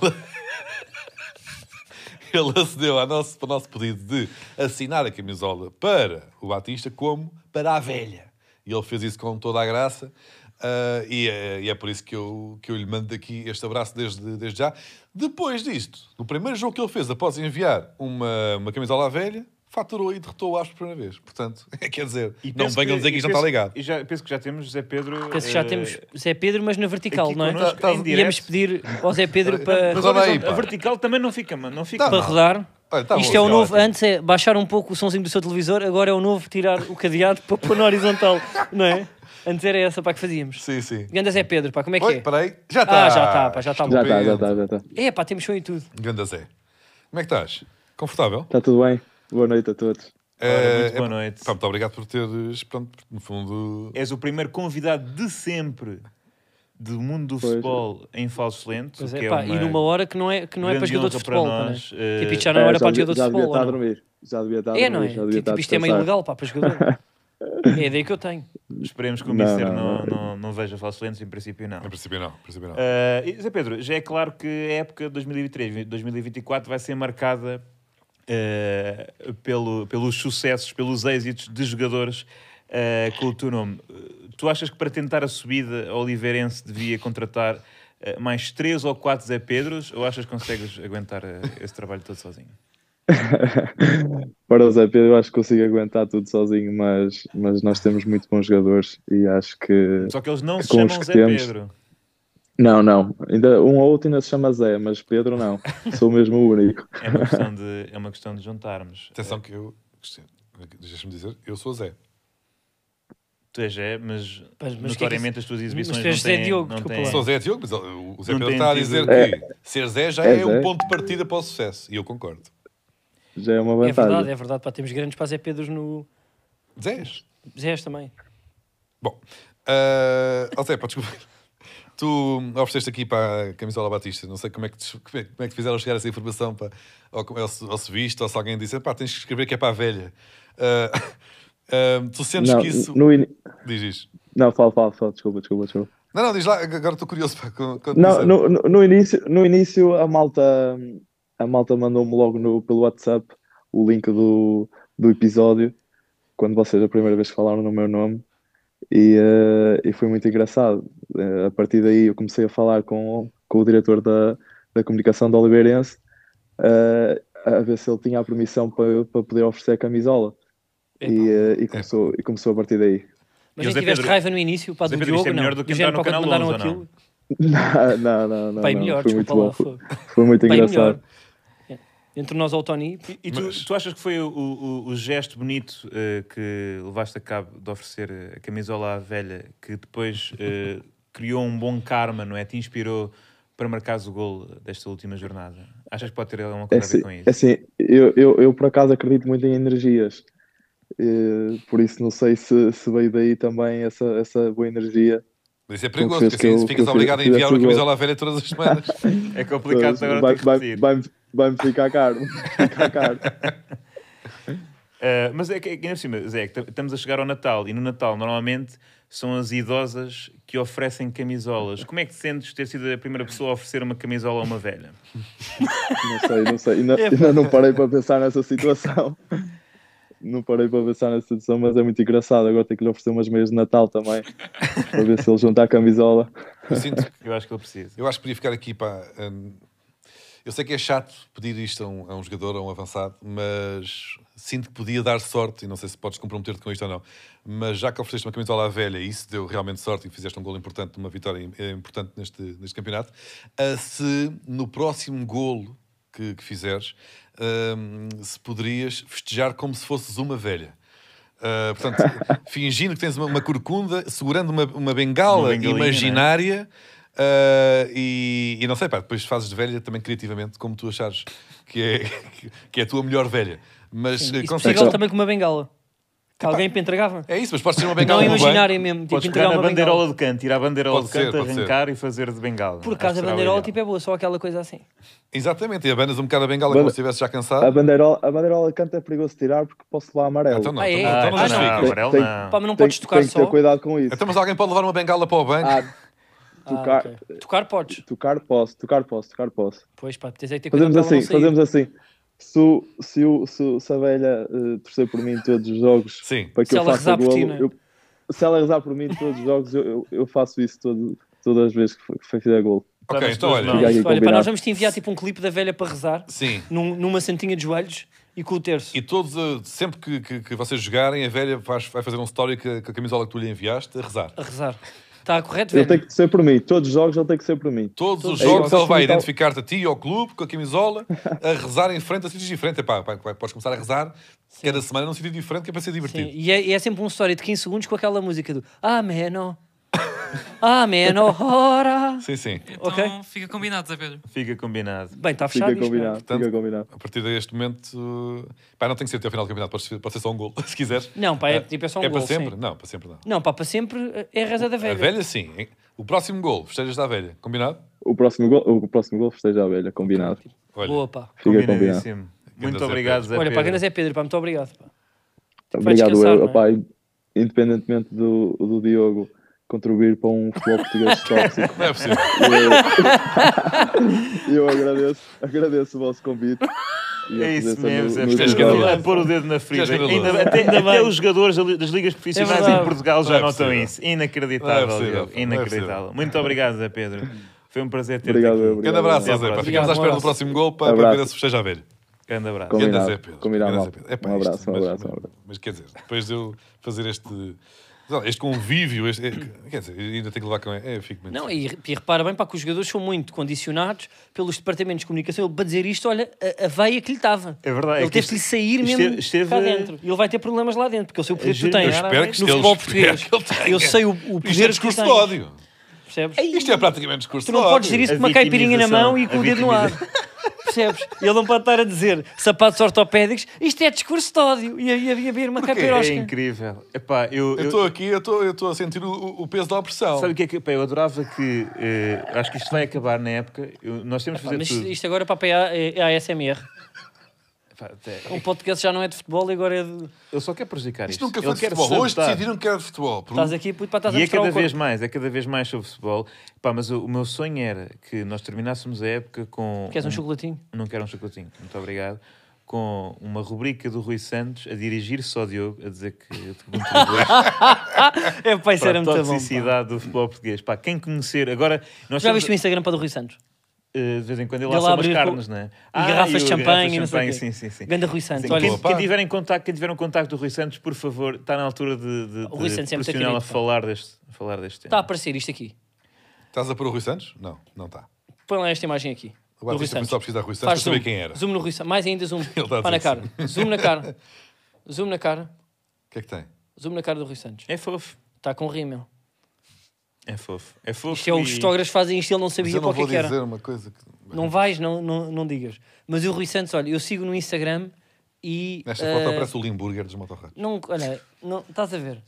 A: ele acedeu ao nosso, ao nosso pedido de assinar a camisola para o Batista como para a velha. E ele fez isso com toda a graça. Ah, e, é, e é por isso que eu, que eu lhe mando daqui este abraço desde, desde já. Depois disto, no primeiro jogo que ele fez após enviar uma, uma camisola à velha, faturou e derrotou o Aves por primeira vez. Portanto, quer dizer,
B: E
A: não
B: penso
A: venham dizer que isto não está
B: penso-
A: ligado.
B: E já, penso que já temos Zé Pedro.
C: Penso que já
B: eh,
C: temos Zé Pedro, mas na vertical,
B: aqui
C: não é?
B: connosco,
A: Ah, Tá- tá-
B: em direto.
C: Íamos pedir ao Zé Pedro para,
A: Mas
B: Mas
A: olha
B: olha,
A: aí,
B: a
A: pá.
B: vertical também não fica, mano. Não fica.
A: Tá
C: para
A: mal.
C: rodar.
A: Olha, tá
C: Isto
A: bom,
C: é o
A: tá
C: novo,
A: ótimo.
C: antes é baixar um pouco o sonzinho do seu televisor, agora é o novo tirar o cadeado para pôr na horizontal, não é? Antes era essa para que fazíamos.
A: Sim, sim.
C: Ganda Zé Pedro, pá, como é que
A: Oi,
C: é?
A: peraí. Já tá. está.
C: Ah, já está, pá, já está bom.
E: Já está, já tá. está, já está.
C: É, pá, temos show e tudo.
A: Ganda Zé. Como é que estás? Confortável?
E: Está Tá tudo bem? Boa noite a todos.
B: Ora, muito
A: Eh,
B: boa noite.
A: pá, muito obrigado por teres, pronto, no fundo...
B: És o primeiro convidado de sempre do mundo do
E: Pois.
B: futebol em falsos lentos.
C: Pois
B: que
C: é,
B: é
C: pá,
B: uma
C: e numa hora que não é, que não é para
B: grande
C: jogador de
B: honra para
C: futebol, pá, não é?
B: nós, eh,
C: Tipo, isto já não era
E: É,
C: para
E: devia-
C: jogador de
E: já devia
C: futebol.
E: estar a
C: ou não?
E: dormir. Já devia estar a dormir.
C: É, não é?
E: Já devia estar
C: Tipo,
E: a
C: isto é meio
E: descansar.
C: ilegal, pá, para jogador. É a ideia que eu tenho.
B: Esperemos que o
E: Não,
B: Mister não,
E: não,
B: não, é-
E: não.
B: não veja falsos lentos, em princípio não.
A: Em princípio não, em princípio não.
B: Ah, e, Zé Pedro, já é claro que a época de 2023, 2024 vai ser marcada ah, pelo, pelos sucessos, pelos êxitos de jogadores ah, com o teu nome. Ah, Tu achas que para tentar a subida, a Oliveirense devia contratar ah, mais três ou quatro Zé Pedros? Ou achas que consegues aguentar ah, esse trabalho todo sozinho?
E: Para o Zé Pedro, eu acho que consigo aguentar tudo sozinho, mas, mas nós temos muito bons jogadores e acho que.
B: Só que eles não se
E: É Com os
B: chamam
E: que
B: Zé
E: temos.
B: Pedro.
E: Não, não. Ainda, um ou outro ainda se chama Zé, mas Pedro não. Sou mesmo o único.
B: É uma questão de, é uma questão de juntarmos.
A: Atenção que eu... Cristiano, Deixa-me dizer, eu sou Zé.
B: Tu és Zé, mas,
C: Pois, mas o que é que
B: notoriamente as tuas exibições
C: Mas tu és
B: não têm...
C: Zé Diogo,
B: não
C: desculpa
B: têm-
C: lá.
A: Sou Zé Diogo, mas o o Zé
B: É. Não
A: Pedro
B: tem
A: está a
B: tido-
A: dizer
E: É.
A: que ser Zé já
E: É
A: é, um
E: Zé.
A: ponto de partida para o sucesso. E eu concordo.
E: Já é uma
C: É verdade,
E: vantagem.
C: é verdade, pá, temos grandes para Zé Pedros no.
A: Zés.
C: Zés também.
A: Bom, ah, ó Zé, pá, desculpa. Tu ofereceste aqui para a camisola Batista, não sei como é que te, como é, como é que te fizeram chegar essa informação, pá. Ou, como- é ou se, ou se viste, ou se alguém disse, pá, tens que escrever que é para a velha. Ah, ah, tu sentes
E: Não,
A: que isso.
E: no ini-
A: Diz isto.
E: não, fala, fala, fala. Desculpa, desculpa, desculpa.
A: Não, não, diz lá, agora estou curioso. Pá, com, com
E: Não, no, no- no início, no início a malta, a malta mandou-me logo no- pelo WhatsApp o link do, do episódio, quando vocês a primeira vez falaram no meu nome, e, eh, e foi muito engraçado. Eh, a partir daí eu comecei a falar com, com o diretor da, da comunicação do Oliveirense, eh, a ver se ele tinha a permissão para, eu- para poder oferecer a camisola. E, eh, e começou, e começou a partir daí.
C: Mas
B: E o
C: nem
B: Zé
C: tiveste
B: Pedro-
C: raiva no início, pá,
B: Zé
C: do
B: Pedro, isto
C: Diogo,
B: é melhor
C: não.
B: do que
C: género
B: entrar no
C: para o
B: Canal 11,
C: mandaram
B: ou não?
C: aquilo.
E: Não, Ah, não, não. não,
C: Pai,
E: não.
C: melhor,
E: foi muito
C: desculpa
E: bom.
C: lá.
E: Foi,
C: fogo.
E: foi muito
C: Pai, melhor.
E: engraçado.
C: Entre nós ao Tony,
B: E tu,
A: Mas-
B: tu achas que foi o, o- o gesto bonito eh, que levaste a cabo de oferecer eh, a camisola à velha que depois eh, criou um bom karma, não é? Te inspirou para marcares o gol desta última jornada? Achas que pode ter alguma
E: É
B: coisa a
E: assim,
B: ver com isso?
E: é assim, eu, eu, eu por acaso acredito muito em energias, Eh, por isso não sei se, se veio daí também essa, essa boa energia.
A: Isso é
E: Como
A: perigoso,
E: fez
A: porque assim
E: que eu-
A: ficas
E: que eu
A: obrigado a
E: fiz-
A: enviar
E: fiz
A: uma
E: esse gol.
A: camisola à velha todas as semanas.
B: É complicado agora
E: vai,
B: ter que
E: vai,
B: repetir.
E: vai, vai-me ficar caro. Vai-me ficar caro.
B: Uh, mas é que, é que ainda por cima, Zé, que tam- estamos a chegar ao Natal e no Natal normalmente são as idosas que oferecem camisolas. Como é que te sentes ter sido a primeira pessoa a oferecer uma camisola a uma velha?
E: Não sei, não sei. Ainda, ainda não parei para pensar nessa situação. Não parei para pensar nessa situação, mas é muito engraçado. Agora tenho que lhe oferecer umas meias de Natal também, para ver se ele junta a camisola.
A: Eu sinto que
B: Eu acho que ele precisa.
A: Eu acho que podia ficar aqui para. eu sei que é chato pedir isto a um, a um jogador, a um avançado, mas sinto que podia dar sorte, e não sei se podes comprometer-te com isto ou não, mas já que ofereceste uma camisola à velha e isso deu realmente sorte e fizeste um gol importante, uma vitória im- eh, importante neste, neste campeonato, ah, se no próximo golo que, que fizeres, hum, se poderias festejar como se fosses uma velha. Ah, portanto, fingindo que tens uma, uma curcunda, segurando uma, uma bengala
B: Uma bengalinha, não é?
A: imaginária área ah, e, e não sei, pá, depois fazes de velha também criativamente, como tu achares que é, que é a tua melhor velha. Mas eh,
C: isso
A: consegues-
C: possível também com uma bengala. Que alguém para entregava.
A: É isso, mas podes ser uma
C: Não
A: bengala no banho.
C: imaginarem mesmo, tipo,
B: Podes pegar
C: entregar
B: na
C: uma
B: bandeirola
C: bengala.
B: de canto, tirar a bandeirola
A: Pode
B: de canto,
A: ser, pode ser.
B: arrancar e fazer de bengala.
C: Por acaso a
B: Acho que será
C: bandeirola
B: o
C: tipo,
B: ideal.
C: é boa, só aquela coisa assim.
A: Exatamente, e abanas um bocado a bengala
E: Banda-
A: como se estivesse já cansado.
E: A bandeirola, a bandeirola canta é perigoso tirar porque posso lá amarelo.
A: Então não,
C: Ah, é?
A: então, então não
B: Ah,
C: Acho
B: não,
A: justifica.
B: amarelo
E: Tem-
B: não.
C: Pá, mas não
E: Tem-
C: podes tocar
E: tem que
C: só.
E: ter cuidado com isso.
A: Então, mas alguém pode levar uma bengala para o banco.
E: Ah,
C: Ah,
E: tocar-
C: ok. Tocar podes.
E: tocar posso, tocar posso, tocar posso.
C: Pois pá, tens é que ter cuidado
E: Fazemos
C: para ela não sair.
E: assim, fazemos assim. Se, o- se, o- se, o- se a velha eh, torcer por mim em todos os jogos
A: Sim.
E: para que
C: Se
E: eu
C: ela
E: faça
C: rezar por
E: golo,
C: ti, não é?
E: eu, se ela rezar por mim em todos os jogos, eu, eu, eu faço isso todo, todas as vezes que f- que fizer golo.
A: Ok,
B: nas
A: então
B: tuas
A: olha.
B: mãos.
E: Fica aqui
C: Olha, pá, nós
E: assim, combinado.
C: vamos te enviar tipo um clipe da velha para rezar,
A: Sim.
C: num- numa santinha de joelhos e com o terço.
A: E todos, eh, sempre que, que, que vocês jogarem, a velha faz- vai fazer um story com a- com a camisola que tu lhe enviaste a rezar.
C: A rezar. Está correto,
E: Ele
C: velho?
E: tem que ser por mim, todos os jogos ele tem que ser por mim.
A: Todos os
E: É
A: jogos
E: isso,
A: ele vai
E: então-
A: identificar-te a ti e ao clube com a camisola a rezar em frente a sítios diferentes. Epá, pá, pá, podes começar a rezar cada semana num sítio diferente que é para ser
C: Sim,
A: divertido.
C: e é, e é sempre um story de 15 segundos com aquela música do Ameno, Ameno, ora.
A: Sim, sim.
D: Então
C: Ok.
D: fica combinado, Zé Pedro.
B: Fica combinado.
C: Bem, está fechado.
E: Fica
C: isto,
E: combinado,
C: não é?
A: Portanto-
E: fica combinado.
A: A partir deste momento. uh, Pá, não tem que ser até ao final do campeonato, pode ser, pode ser só um gol, se quiseres.
C: Não, pá, é, tipo, é só um
A: É
C: gol,
A: para sempre?
C: sim.
A: Não, para sempre não.
C: Não, pá, para sempre é a reza da velha.
A: A velha, sim. O próximo gol, festejas da velha, combinado?
E: O próximo gol, o próximo gol esteja a velha, combinado.
A: Olha,
C: Boa, pá.
E: Fica combinado.
B: Combinadíssimo.
A: Zé
B: Muito obrigado,
A: Pedro.
B: Zé
C: Olha,
B: Pedro.
C: para grande é Pedro, pá, muito obrigado. Pá.
E: Obrigado,
C: descansar,
E: eu,
C: não é?
E: opá, independentemente do, do Diogo contribuir para um futebol português tóxico.
A: não é possível.
E: Eu- Eu agradeço, agradeço o vosso convite. E a
B: É isso
E: presença
B: mesmo, Zé
E: no,
A: És
E: no episódio.
B: Pedro.
A: escandaloso.
B: A pôr o dedo na
A: És
B: ferida.
A: escandaloso.
B: Ainda- até, até os jogadores da li- das ligas profissionais
C: verdade.
B: em Portugal
A: Não
B: já
A: é
B: notam
A: possível.
B: isso. Inacreditável,
A: Não é possível,
B: Diogo.
A: pá, não é
B: Inacreditável. Muito obrigado, Zé Pedro. Foi um prazer ter-te
E: Obrigado,
B: aqui.
E: obrigado.
A: Grande abraço,
B: Até à
A: Zé. pá.
B: próxima.
A: Ficamos à espera do
C: um Abraço.
A: próximo gol para, para
E: Abraço.
A: ver se festeja a velha.
B: Grande abraço.
E: Com- Combinado.
A: Grande Zé Pedro.
E: Combinado,
A: Grande
E: mal.
A: Zé Pedro. Epá,
E: Um abraço,
A: isto,
E: um
A: mas-
E: abraço, um
A: mas-
E: abraço.
A: Mas quer dizer, depois de eu fazer este. não, Este convívio, este, é, quer dizer, ainda tenho que levar com. É, eu fico muito.
C: Não, e, e repara bem, pá, que os jogadores são muito condicionados pelos departamentos de comunicação. Ele, para dizer isto, olha, a, a veia que lhe estava.
B: É verdade, é
C: Ele
B: que
C: teve
B: isto-
C: que lhe sair
B: isto
C: mesmo
B: esteve-
C: cá dentro. E ele vai ter problemas lá dentro, porque eu sei o poder que tu
B: Eu
C: tens
A: espero que
C: no
A: ele-
C: futebol
A: espero que ele
C: português. Eu sei o, o
A: Isto é
C: poder que tu
A: discurso de
C: tens.
A: ódio.
C: Percebes?
A: Isto é praticamente discurso de
C: Tu não
A: ódio.
C: podes dizer isso
B: A
C: com uma caipirinha na
B: vitimização,
C: mão e com
B: a
C: o dedo no ar.
B: é
C: Percebes? Ele não pode estar a dizer sapatos ortopédicos, isto é discurso de ódio. E havia e abrir uma
B: É
C: caipirosca.
B: incrível. Epá, eu,
A: Eu
B: eu-
A: estou aqui, eu estou- eu estou a sentir o, o peso da opressão.
B: Sabe o que é que. Pá, eu adorava que. eh, acho que isto vai acabar na época. Eu- nós temos de
C: Pá,
B: fazer
C: Ah, Mas
B: tudo.
C: isto agora para PA é é ASMR.
B: Epá, até-
C: Um podcast já não é de futebol e agora é de.
B: eu só quero prejudicar isto.
A: Isto nunca
B: Eu
A: foi de
B: quero
A: futebol. Hoje
B: sabotar.
A: decidiram que era de futebol. Por um-
C: Estás aqui puto, pá, estás a
B: E é
C: mostrar
B: cada
C: o corpo.
B: vez mais, é cada vez mais sobre futebol. Pá, mas o, o meu sonho era que nós terminássemos a época com.
C: Queres um chocolatinho?
B: Não quero um chocolatinho, muito obrigado. Com uma rubrica do Rui Santos a dirigir-se ao Diogo, a dizer que eu te contribuíste
C: É, pá, isso
B: para
C: era
B: a
C: muito bom. pá.
B: toxicidade do futebol português. Pá, quem conhecer. Agora, nós
C: Já
B: temos-
C: viste o Instagram para do Rui Santos?
B: eh, de vez em quando ele
C: Ele
B: lança umas
C: abre
B: carnes,
C: com-
B: não é?
A: Ah,
C: E garrafas
B: o-
C: de champanhe, e não sei o
B: champanhe,
C: quê.
B: sim, sim, sim.
C: Ganda Rui Santos.
B: Sim,
C: Olha,
B: quem,
A: Boa, pá.
B: quem tiver em contacto, quem tiver um contacto do Rui Santos, por favor, está na altura de, de,
C: O Rui
B: de
C: Santos é
B: profissional a
C: muito querido, pá. Tá.
B: falar deste, a falar deste tema.
C: está a aparecer isto aqui.
A: Estás a pôr o Rui Santos? Não, não tá. está.
C: Põe lá esta imagem aqui.
A: O
C: do Rui
A: Batista
C: Santos.
A: começou a pesquisar Rui Santos para
C: Faz zoom.
A: saber quem era.
C: Zoom no Rui Santos. Mais ainda zoom.
A: está a
C: Pá na
A: dizer
C: cara. Zoom na cara. Zoom na cara.
A: O que é que tem?
C: Zoom na cara do Rui Santos.
B: É fofo.
C: Está com rímel.
B: É fofo. É fofo.
C: Isto é, os
B: e-
C: fotógrafos fazem isto, ele não
A: Mas
C: sabia
A: eu
C: para
A: não
C: o que, é
A: vou
C: que era.
A: dizer uma coisa que.
C: Não vais, não, não, não digas. Mas o Rui Santos, olha, eu sigo no Instagram e.
A: Nesta
C: eh,
A: foto aparece o Limburger dos motorratos.
C: Não, olha, não, estás a ver.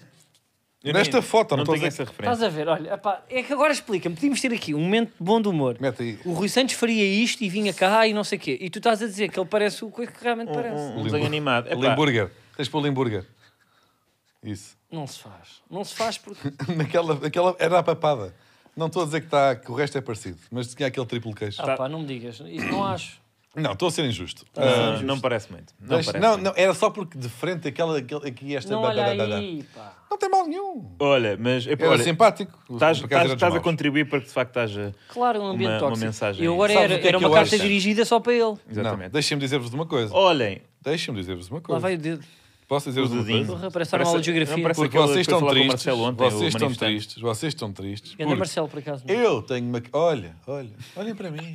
B: Eu
A: Nesta
B: nem-
A: foto, não
B: não
A: estou a
B: tenho
A: dizer-
B: essa
C: Estás
B: referência.
C: a ver, olha, epá, é que agora explica-me, podíamos ter aqui um momento de bom de humor.
A: Mete aí.
C: O Rui Santos faria isto e vinha cá e não sei o quê. E tu estás a dizer que ele parece o coisa que realmente
A: Hum,
B: Um,
C: parece.
B: um, um
A: Limburger.
B: desenho animado. Epá,
A: Limburger. Tens para o Limburger. Isso.
C: Não se faz. Não se faz porque.
A: Naquela, aquela era a papada. Não estou a dizer que, está, que o resto é parecido, mas tinha aquele triplo queixo.
C: Ah, pá, não me digas. Isso não acho.
A: Não, estou a ser injusto.
B: ah, não parece muito. Não,
A: Deixa-
B: parece
A: não,
B: muito.
A: não, era só porque de frente aquela, aquele- aqui esta.
C: Não
A: da-
C: olha
A: da- da- da-
C: aí, pá.
A: Não tem mal nenhum.
B: Olha, mas. epá,
A: Era
B: olha,
A: simpático.
B: estás-
A: Por acaso
B: Estás
A: era dos
B: estás a
A: maus.
B: contribuir para que de facto haja.
C: Claro, é um ambiente
B: Uma- uma
C: tóxico.
B: mensagem.
C: E agora
A: Sabes
C: era,
A: o que é
C: era
A: que
C: uma
A: eu
C: carta
A: acho?
C: dirigida só para ele.
A: Não,
B: Exatamente.
A: deixem-me dizer-vos uma coisa.
B: Olhem,
A: Deixem-me dizer-vos uma coisa.
C: Lá vai o dedo.
A: Posso
B: o
A: dizer-vos uma
B: dedinho.
A: coisa?
C: Porra, parece uma aula de geografia.
B: não parece
A: Porque
B: aquele
A: vocês
B: que foi
A: estão
B: falar com o
A: tristes.
B: Marcelo ontem, o
A: vocês estão
B: manifestante.
A: tristes. Vocês estão tristes.
C: Ganda
A: porque
C: Marcelo, por acaso. não. é?
A: Eu tenho uma. Olha, olha, olhem para mim.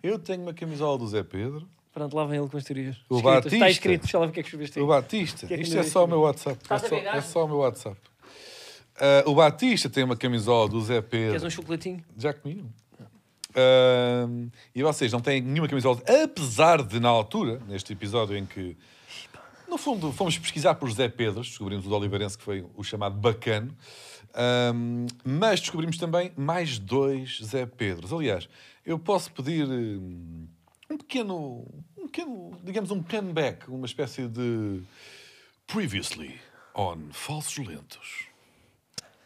A: Eu tenho uma camisola do Zé Pedro.
C: Pronto, lá vem ele com as teorias.
A: O
C: Escritas.
A: Batista.
C: Está escrito, deixa lá ver o que é que escreveste aí.
A: O Batista,
C: que é que
A: isto
C: ainda
A: é
C: diz
A: só o
C: sobre
A: meu WhatsApp. É
C: Estás a
A: só,
C: virar?
A: é só o meu WhatsApp. Ah, o Batista tem uma camisola do Zé
C: Queres
A: Pedro.
C: um chocolatinho?
A: Já comi um. Ah, e vocês não têm nenhuma camisola, apesar de, na altura, neste episódio em que, no fundo, fomos pesquisar por José Pedro, descobrimos o de Oliveirense, que foi o chamado bacano, ah, mas descobrimos também mais dois Zé Pedros. Aliás, eu posso pedir hum, um pequeno, um pequeno, digamos, um comeback, uma espécie de previously on Falsos Lentos.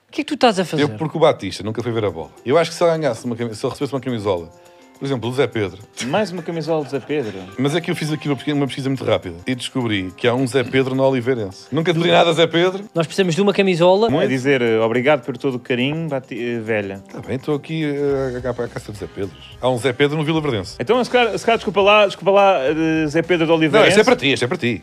C: O que é que tu estás a fazer?
A: Eu, porque o Batista nunca foi ver a bola. Eu acho que se ele ganhasse uma cami- se ele recebesse uma camisola, por exemplo, do Zé Pedro,
B: Mais uma camisola do Zé Pedro.
A: mas é que eu fiz aqui uma pesquisa, uma pesquisa muito rápida e descobri que há um Zé Pedro no Oliveirense. Nunca te pedi nada, Zé Pedro.
C: Nós precisamos de uma camisola.
B: É dizer eh, obrigado por todo o carinho, bati- eh, velha.
A: Está Tá bem, estou aqui eh, a, a, a caça de Zé Pedros. Há um Zé Pedro no Vila Verdense.
B: Então, se calhar, se calhar, desculpa lá, desculpa lá, eh, Zé Pedro de
A: Não,
B: Oliveira.
A: este é para ti, este é para ti.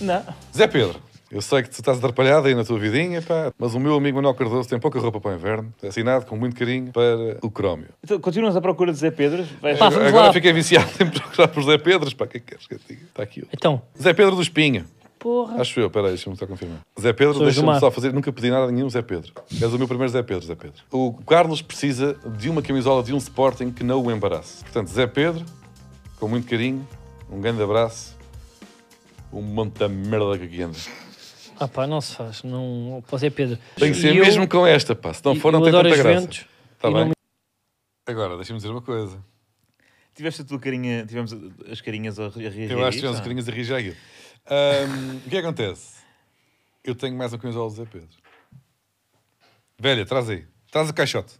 B: Não.
A: Zé Pedro, eu sei que tu estás atrapalhado aí na tua vidinha, pá, mas o meu amigo Manuel Cardoso tem pouca roupa para o inverno, assinado com muito carinho para o crómio.
B: Então, continuas à procura de Zé Pedro? Vais-
C: Pá, vamos
A: agora
C: lá.
A: fiquei viciado em procurar por Zé Pedros, pá, o que é que queres que eu te diga? Está aqui. outro.
C: Então,
A: Zé Pedro do Espinho.
C: porra.
A: Acho eu, peraí, deixa-me só confirmar. Zé Pedro,
C: Pessoas do
A: deixa-me
C: mar.
A: só fazer, nunca pedi nada a nenhum Zé Pedro. És o meu primeiro Zé Pedro, Zé Pedro. O Carlos precisa de uma camisola de um Sporting que não o embarace. Portanto, Zé Pedro, com muito carinho, um grande abraço, um monte da merda que aqui anda.
C: Ah pá, não se faz. Não... Pois é, Pedro.
A: Tem que ser
C: E eu-
A: mesmo com esta, pá, se não
C: e-
A: for não
C: eu
A: tem
C: adoro
A: tanta
C: as
A: graça.
C: Juventus
A: Tá
C: e não
A: bem?
C: me-
A: Agora, deixa-me dizer uma coisa.
B: Tiveste a tua carinha, tivemos as carinhas a re- a reagir.
A: Eu
B: a
A: acho que tivemos
B: isto, não? é?
A: carinhas a rir já aquilo. Ahm, o que acontece? Eu tenho mais uma camisola do Zé Pedro. Velha, traz aí. Traz o caixote.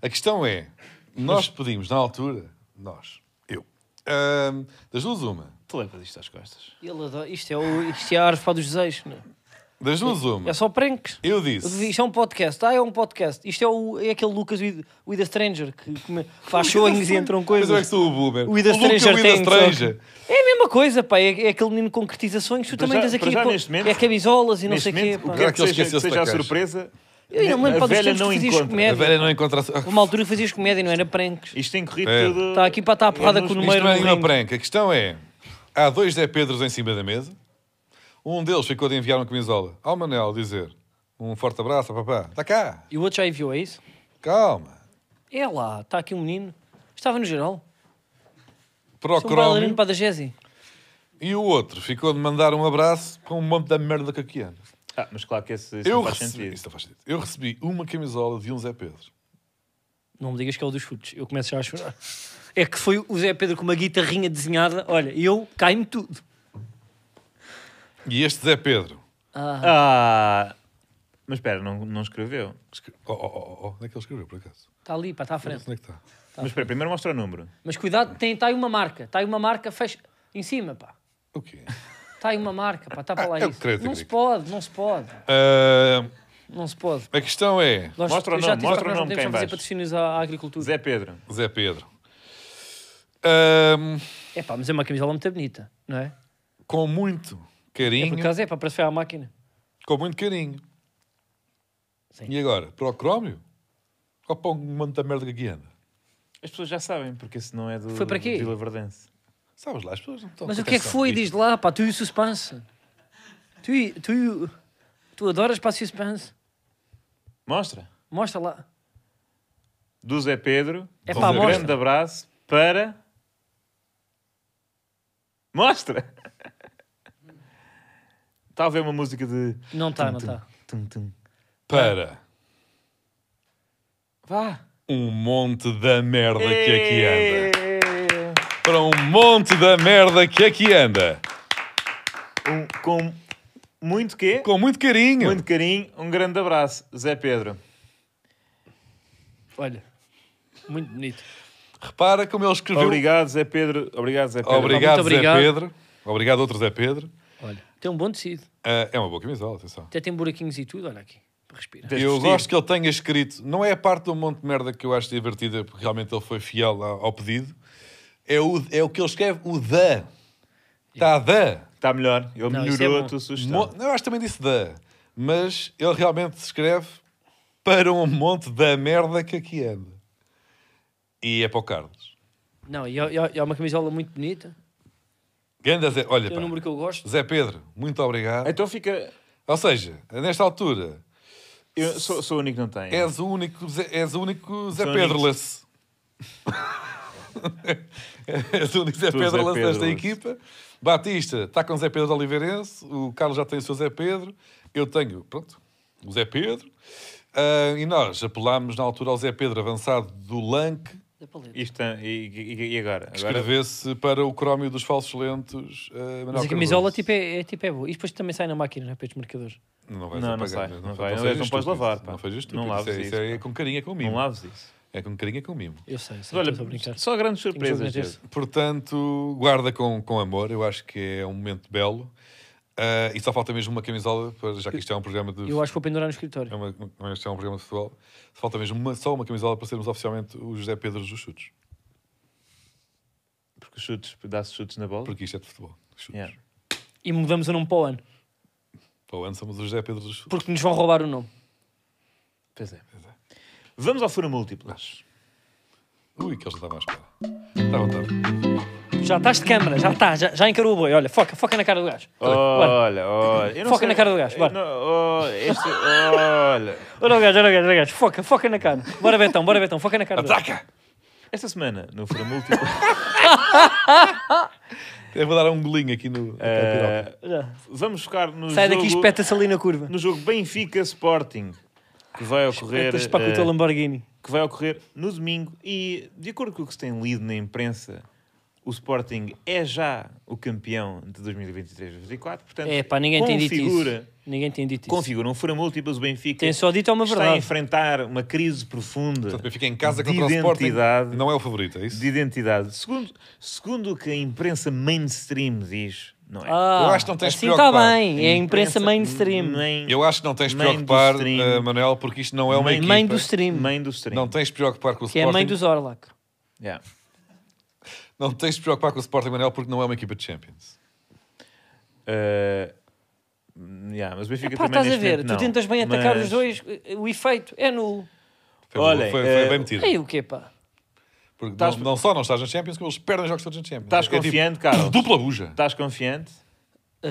A: A questão é, nós pedimos na altura, nós, eu, ahm, das duas uma,
B: Tu levas isto às costas.
C: Ele adora- Isto, é o... isto é a árvore dos desejos. não é?
A: das duas uma,
C: É só pranks.
A: eu
C: Eu devia-
A: disse,
C: Isto é um podcast. Ah, é um podcast. Isto é, o... é aquele Lucas with, with a Stranger que come- faz showings e entram
A: mas eu é que
C: coisas.
A: sou o boomer.
C: O Ida
A: Luca, é
C: Stranger
A: o Ida
C: tem
A: Stranger.
C: É a mesma coisa, pá. É, é aquele menino que concretiza sonhos. Tu
B: Para
C: também
B: já-
C: tens
B: para
C: aqui
B: já,
C: pô,
B: neste momento-
C: é camisolas e não
B: Neste
C: sei o quê.
B: momento,
C: Pá.
B: o que é
A: Será
B: que
A: que ele
B: seja, que
A: esqueceu-se
B: seja
A: da
B: a
A: caixa?
B: surpresa,
C: Eu ainda me lembro
B: a
C: pá, dos
B: velha
C: tempos
B: não
C: que fazias
B: encontra.
A: A
C: comédia.
A: velha não encontra... a-
C: Uma altura fazias comédia, não era pranks.
B: Isto tem corrido
A: É.
B: tudo.
C: Está Tá aqui para estar a porrada com o
A: Isto
C: número
A: não é
C: no
A: nenhuma
C: ringue.
A: pranca. A questão é: há dois Zé Pedros em cima da mesa. Um deles ficou de enviar uma camisola ao Manel dizer um forte abraço, papá. Está cá,
C: E o outro já enviou, é isso?
A: calma.
C: É lá, está aqui um menino. Estava no geral.
A: Para o
C: Sou um bailarino
A: Crómio.
C: para a Gési.
A: E o outro ficou de mandar um abraço para um monte da merda que aqui anda.
B: Ah, mas claro que esse, isso
A: Eu
B: não faz
A: recebi,
B: sentido.
A: isso não faz sentido. Eu recebi uma camisola de um Zé Pedro.
C: Não me digas que é o dos chutes. Eu começo já a chorar. É que foi o Zé Pedro com uma guitarrinha desenhada. Olha, eu cai-me tudo.
A: E este Zé Pedro.
C: Ah,
B: Ah, mas espera, não, não escreveu.
A: escre- Oh, oh, oh, oh, onde é que ele escreveu, por acaso?
C: está tá ali, pá, está à frente.
A: Onde é que está?
B: Mas espera, primeiro mostra o número.
C: Mas cuidado, tem- está aí uma marca. Está aí uma marca fecha em cima, pá.
A: O quê?
C: Está aí uma marca, pá. Está para lá
A: eu
C: isso.
A: creio que
C: Não
A: acredito.
C: se pode, não se pode.
A: Ah,
C: Não se pode.
A: a questão é:
C: Nós,
B: Mostra o
C: eu
B: nome,
C: tive-
B: mostra o
C: nós não
B: nome, cá em
C: podemos só fazer
B: baixo.
C: patrocínios à, à agricultura.
B: Zé Pedro.
A: Zé Pedro. Ah,
C: É pá, mas é uma camisola muito bonita, não é?
A: com muito
C: É por
A: carinho.
C: acaso é, pá, parece que foi à máquina.
A: Com muito carinho.
C: Sim.
A: E agora, para o Crómio? Copa um monte da merda que aqui anda.
B: As pessoas já sabem, porque se não é do
C: Foi para
B: do
C: quê?
B: Vila Verdense.
A: Sabes lá, as pessoas não estão
C: Mas
A: com
C: o que é que
A: atenção.
C: foi? Diz lá, pá, tu e o suspense. Tu, e- tu, e o- tu adoras pá, suspense.
B: Mostra.
C: Mostra lá.
B: Do Zé Pedro.
C: É
A: pá,
B: um
A: mostra.
B: grande abraço para. Mostra! Está a ver uma música de.
C: Não está, não tá. está.
B: Tum, tum.
A: Para
B: Vá!
A: um monte da merda que aqui anda.
B: anda.
A: Para um monte da merda que aqui anda.
B: É! Um com muito quê?
A: Com muito carinho.
B: Muito carinho, um grande abraço, Zé Pedro.
C: Olha, muito bonito.
A: Repara como ele escreveu.
B: Obrigado, Zé Pedro. Obrigado, Zé Pedro.
A: Obrigado,
C: Muito
A: Zé
C: obrigado.
A: Pedro. Obrigado, outro Zé Pedro.
C: Olha, tem um bom tecido.
A: Ah, é uma boa camisola, atenção.
C: Até tem buraquinhos e tudo, olha aqui. para respirar.
B: Tens
A: eu
B: vestido.
A: gosto que ele tenha escrito. Não é a parte do monte de merda que eu acho divertida, porque realmente ele foi fiel ao, ao pedido. É o, é o que ele escreve, o da. Está da.
B: Está Tá melhor. Ele
C: Não, isso é
B: melhorou
C: bom.
B: a tua sugestão.
A: Mo- Não, eu acho que também disse da. Mas ele realmente escreve para um monte da merda que aqui anda. E é para o Carlos.
C: Não, e é- e é e é uma camisola muito bonita.
A: Ganda Zé. Olha,
C: Tem
A: pá.
C: um número que eu gosto.
A: Zé Pedro, muito obrigado.
B: Então fica.
A: Ou seja, nesta altura,
B: Eu sou, sou o único que não tem.
A: és o único Zé, és o único Zé
B: Sou
A: Pedro-less. és o único Zé
B: Tu, Zé
A: Pedro-less desta
B: Pedro-less.
A: equipa. Batista está com Zé Pedro de Oliveirense, o Carlos já tem o seu Zé Pedro, eu tenho, pronto, o Zé Pedro. Ah, e nós apelámos na altura ao Zé Pedro avançado do Lanque,
C: Da paleta.
B: Isto é- e, e- e agora?
A: que
B: agora...
A: escrevesse para o crómio dos falsos lentos. ah, Manuel
C: Mas a
A: Cardoso.
C: camisola tipo, é, é, tipo, é boa. E depois também sai na máquina, não é? Para estes marcadores.
A: Não, vais
B: Não, não
A: apagar,
B: sai, não vai.
A: sejas
B: Aliás, não podes
A: estúpido,
B: lavar, pá.
A: Não faz
B: Não
A: estúpido. Isso
B: laves
A: é, isso
B: isso,
A: é com carinho, é com mimo.
B: Não laves isso.
A: É com carinho, é com mimo.
C: Eu sei, eu sei.
B: Olha,
C: estou a brincar.
B: só grandes
C: Tenho jogo na
B: surpresas.
C: terça.
B: Pedro.
A: Portanto, guarda com, com amor. Eu acho que é um momento belo. Ah, e só falta mesmo uma camisola, para- já que isto é um programa de.
C: Eu acho que vou pendurar no
A: É
C: escritório.
A: uma, uma- isto é um programa de futebol. Só Falta mesmo uma- só uma camisola para sermos oficialmente o José Pedro dos Chutes.
B: Porque os chutes, dá-se chutes na bola.
A: Porque isto é de futebol. Chutes.
B: Yeah.
C: E mudamos o nome para o ano.
A: Para o ano somos o José Pedro dos Chutes.
C: Porque nos vão roubar o nome.
B: Pois é. Vamos ao furo múltiplas.
A: Ui, que eles não estavam à espera. Está bom, está bom.
C: Já estás de câmara, já está, já, já encarou o boi. Olha, foca, foca na cara do gajo.
B: Olha, olha. Eu não
C: Foca
B: sei-
C: na cara do gajo,
B: Eu
C: bora.
B: não- oh, este- olha.
C: Olha o gajo, olha o gajo, olha o gajo. Foca, foca na cara. Bora Betão, bora Betão, foca na cara do gajo.
A: Ataca!
B: Esta semana, no furo múltiplo,
A: Eu vou dar um golinho aqui no. na piroca.
B: eh,
C: Já.
B: vamos focar no
C: É Sai
B: jogo...
C: daqui e espeta-se ali na curva.
B: no jogo Benfica Sporting, que vai ocorrer,
C: Espeta-se para com o teu
B: eh,
C: Lamborghini.
B: que vai ocorrer no domingo. E de acordo com o que se tem lido na imprensa, o Sporting é já o campeão de 2023-2024. Portanto,
C: É pá, ninguém tem dito
B: configura,
C: isso. Ninguém tem dito isso.
B: configura um fura múltiplas. O Benfica
C: Tem só dito é uma
B: está a
C: verdade.
B: enfrentar uma crise profunda
A: Portanto, fica em casa
B: De
A: contra o Sporting.
B: identidade.
A: Não é o favorito, é isso?
B: de identidade. Segundo, segundo o que a imprensa mainstream diz, não é?
C: Ah,
A: Eu acho que não tens de
C: assim
A: preocupar.
C: está bem. É a imprensa mainstream.
B: Main,
A: Eu acho que não tens de
B: Mãe do
A: preocupar,
B: stream.
A: eh, Manuel, porque isto não é uma
B: Mãe-
A: equipa.
C: Mãe do stream.
B: main do stream.
A: Não tens de preocupar com o
C: Que é a
A: Sporting.
C: mãe do Zorlac.
B: Yeah.
A: Não tens de preocupar com o Sporting Manuel porque não é uma equipa de Champions.
B: Uh, yeah, mas o Benfica
C: Pá,
B: também
C: estás a
B: neste
C: ver,
B: momento
C: tu
B: não,
C: tentas bem atacar
B: mas-
C: os dois, o efeito é nulo.
A: Foi,
B: Olhem,
A: foi, foi
B: eh,
A: bem metido.
C: Aí o quê, pá?
A: Porque
B: estás-
A: não, não só não estás na Champions, como eles perdem os jogos todos na Champions.
B: Estás
A: É tipo,
B: confiante, Carlos?
A: Dupla buja.
B: Estás confiante?
C: Ah,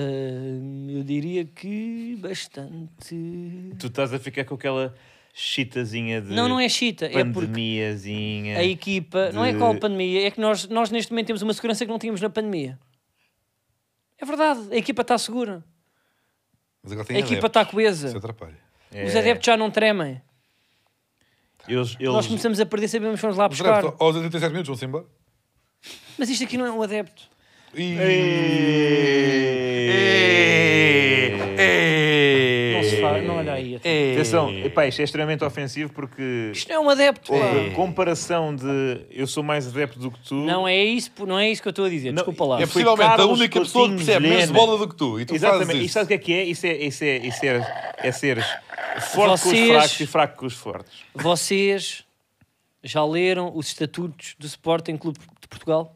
C: eu diria que bastante.
B: Tu estás a ficar com aquela chitazinha de
C: Não, não é chita, é porque
B: pandemiazinha.
C: a equipa. Não é
B: de-
C: qual a pandemia, é que nós, nós neste momento temos uma segurança que não tínhamos na pandemia. É verdade, a equipa está segura,
A: Mas agora
C: a
A: tem
C: equipa
A: adeptos.
C: está coesa,
A: Se atrapalha.
B: É,
C: os adeptos já não tremem.
B: Eles, eles,
C: tá. Nós começamos a perder, sabemos que vamos lá
A: Os
C: buscar.
A: adeptos aos 87 minutos vão-se embora.
C: Mas isto aqui não é um adepto.
B: É.
C: Não se fala, não olha aí.
B: Atenção, epá, isto é extremamente ofensivo porque
C: Isto não é um adepto, pá.
B: a comparação de eu sou mais adepto do que tu.
C: Não é isso, não é isso que eu estou a dizer,
B: Não,
C: desculpa lá.
A: É
B: Foi
A: possivelmente a
B: Carlos
A: única pessoa que
B: Coutinho
A: percebe menos
B: Vilhena.
A: bola do que tu. E tu
B: Exatamente.
A: fazes
B: E
A: isso.
B: sabe o que é que é? Isso é, isso é, isso é, é seres forte com os
C: Vocês-
B: fracos e fraco com os fortes.
C: Vocês já leram os estatutos do Sporting Clube de Portugal?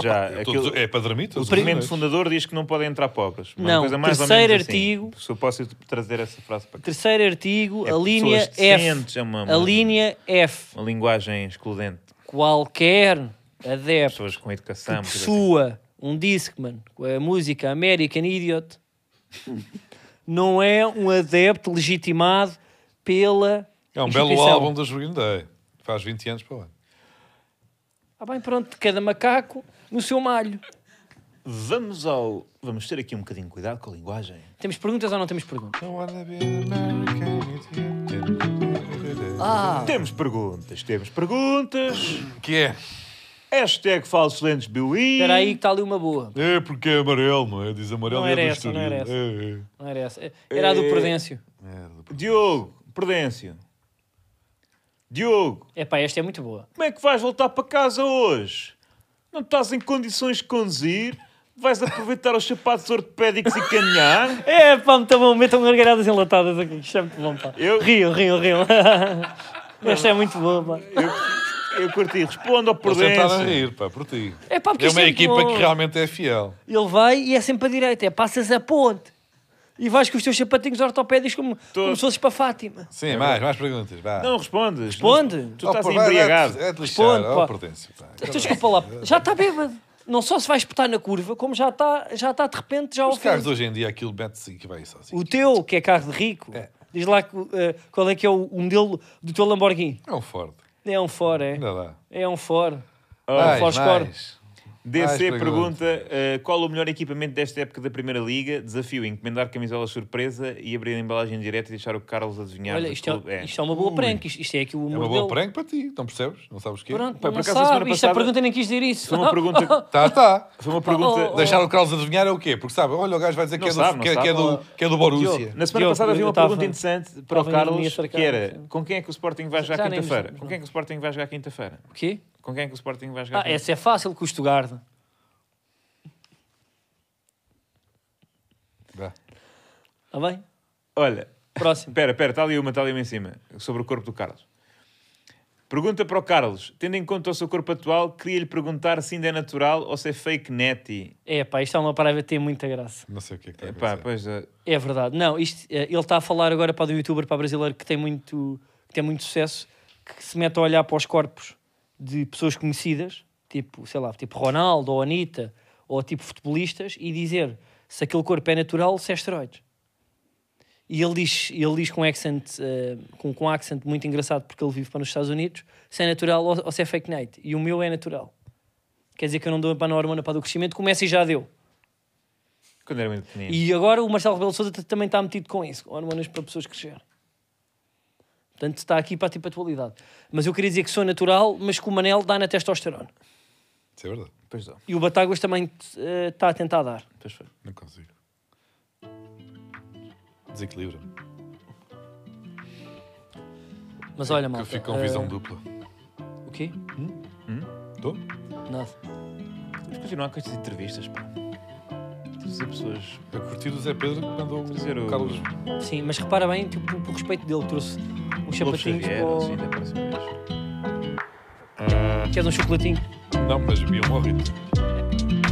B: Já,
A: é,
B: aquele-
A: todos- é para dormir,
B: O
A: todos os
B: documento
A: dias.
B: fundador diz que não podem entrar pobres. Uma
C: Não,
B: coisa mais
C: terceiro
B: ou menos assim.
C: artigo-
B: Se eu posso trazer essa frase para cá.
C: Terceiro artigo,
B: É
C: a linha
B: pessoas decentes,
C: F.
B: é uma-
C: A linha F.
B: Uma linguagem excludente.
C: Qualquer adepto
B: Pessoas com
C: que
B: educação. coisas assim.
C: possua um Discman com a música American Idiot não é um adepto legitimado pela
A: É um belo
C: instituição.
A: álbum dos Green Day. Faz 20 anos para lá.
C: Ah, bem, pronto, cada macaco no seu malho.
B: Vamos ao. Vamos ter aqui um bocadinho de cuidado com a linguagem.
C: Temos perguntas ou não temos perguntas?
A: Don't wanna be an American idiot.
C: Ah,
B: Temos perguntas, temos perguntas.
A: Que é?
B: Hashtag falsos lentes BUI.
C: espera aí que está ali uma boa.
A: É porque é amarelo, não é? Diz amarelo
C: Não
A: e é
C: era
A: do
C: essa,
A: estúdio.
C: não era essa.
A: É, é.
C: Não era essa. Era a do
B: Eh,
C: Prudêncio.
B: Diogo, Prudêncio. Diogo,
C: É pá, esta é muito boa.
B: como é que vais voltar para casa hoje? Não estás em condições de conduzir? Vais aproveitar os sapatos ortopédicos e caminhar?
C: É pá, muito bom. Metam gargalhadas enlatadas aqui. Isto é muito bom, pá.
B: Eu-
C: Riam, riam, riam. esta é muito boa, pá.
B: Eu curti. Respondo ao
A: Estou sentado a
B: Prudêncio.
A: rir, pá, por ti.
C: É pá, porque
A: É
C: isto
A: uma
C: é
A: equipa
C: bom.
A: que realmente é fiel.
C: Ele vai e é sempre para a direita. É passas a ponte. E vais com os teus sapatinhos ortopédicos como, como se fosses para Fátima.
A: Sim, mais, mais perguntas. Vá.
B: Não respondes.
C: Responde.
B: Não- Tu
A: Oh,
B: estás
A: pô, vai,
B: embriagado.
A: É de lixar,
C: Responde,
A: oh,
C: pá.
A: Prudêncio, pá.
C: Então, desculpa lá. Já está bêbado. Não só se vai espetar na curva, como já está, já está de repente, já
A: Os carros
C: ofende.
A: hoje em dia, aquilo mete-se e que vai sozinho.
C: O teu, que é carro de rico, diz lá que, eh, qual é que é o, o modelo do teu Lamborghini.
A: É um Ford.
C: É um Ford, é?
A: Ainda dá.
C: É um Ford.
A: Mais,
C: Ford Score.
A: mais. Mais
B: DC
A: perguntas.
B: pergunta eh, qual o melhor equipamento desta época da Primeira Liga? Desafio: encomendar camisola surpresa e abrir a embalagem direta e deixar o Carlos adivinhar.
C: Olha,
B: do
C: isto
B: clube.
C: é, isto é uma boa prank. Isto, isto é aqui o
A: É
C: modelo.
A: uma boa prank para ti, não percebes? Não sabes o quê?
C: Pronto,
B: Pá, por
C: não
B: acaso, a
C: sabe.
B: semana
C: Isto é a
B: passada-
C: pergunta nem quis dizer isso.
B: Foi uma pergunta.
A: Tá, tá.
B: Foi uma pergunta.
C: Oh,
A: Deixar o Carlos adivinhar é o quê? Porque sabe, olha, o gajo vai dizer que
B: Não
A: é, do,
B: sabe, não
A: que, é- que é
B: sabe.
A: do, que é do Borussia.
B: Diogo, na semana
C: Diogo,
B: passada havia
C: eu
B: uma
C: estava-
B: pergunta interessante para o
C: estava em linha
B: Carlos que
C: sarcástica.
B: era com quem é que o Sporting vai jogar
C: Já nem me
B: quinta-feira?
C: lembro.
B: Com quem é que o Sporting vai jogar quinta-feira?
C: O quê?
B: Com quem é que o Sporting vai jogar
C: Ah,
B: quinta-feira?
C: essa é fácil com o Stuttgart.
A: Vá.
C: Está Tá bem?
B: Olha,
C: Próximo.
B: espera, espera, está ali uma, está ali uma em cima, sobre o corpo do Carlos. Pergunta para o Carlos: tendo em conta o seu corpo atual, queria-lhe perguntar se ainda é natural ou se é fake neti.
C: É pá, isto é uma parada que tem muita graça.
A: Não sei o que é que está a
B: Epá,
A: acontecer.
B: pois, eh,
C: É verdade. Não, isto, eh, ele está a falar agora para o youtuber, para o brasileiro, que tem, muito, que tem muito sucesso, que se mete a olhar para os corpos de pessoas conhecidas, tipo, sei lá, tipo Ronaldo ou Anitta, ou tipo futebolistas, e dizer se aquele corpo é natural, se é esteroides. E ele diz, ele diz com, accent, eh, com, com accent muito engraçado, porque ele vive para nos Estados Unidos, se é natural ou, ou se é fake night. E o meu é natural. Quer dizer que eu não dou para a hormona para do crescimento, que o Messi já deu.
B: quando era muito pequenino.
C: E agora o Marcelo Rebelo de Sousa t- também está metido com isso, com hormonas para pessoas crescerem. Portanto, está aqui para tipo atualidade. Mas eu queria dizer que sou natural, mas que o Manel dá na testosterona.
A: Isso é verdade.
B: Pois não,
C: E o Batáguas também eh, está a tentar dar.
B: pois foi.
A: Não consigo. Desequilibra-me.
C: eh, Mas olha,
A: Que
C: malta.
A: eu fico com
C: eh,
A: visão dupla.
C: O quê?
A: Estou?
C: Nada.
B: Vamos continuar com estas entrevistas, pá. Trazer pessoas.
A: A curtir o Zé Pedro que mandou
B: Trazer
A: o
B: o-
A: Carlos.
C: Sim, mas repara bem, tipo, por respeito dele, trouxe uns
B: Lobo
C: sapatinhos
B: Xavier,
C: para o-
B: assim, da próxima vez.
C: Queres um chocolatinho?
A: Não, mas havia um horrível.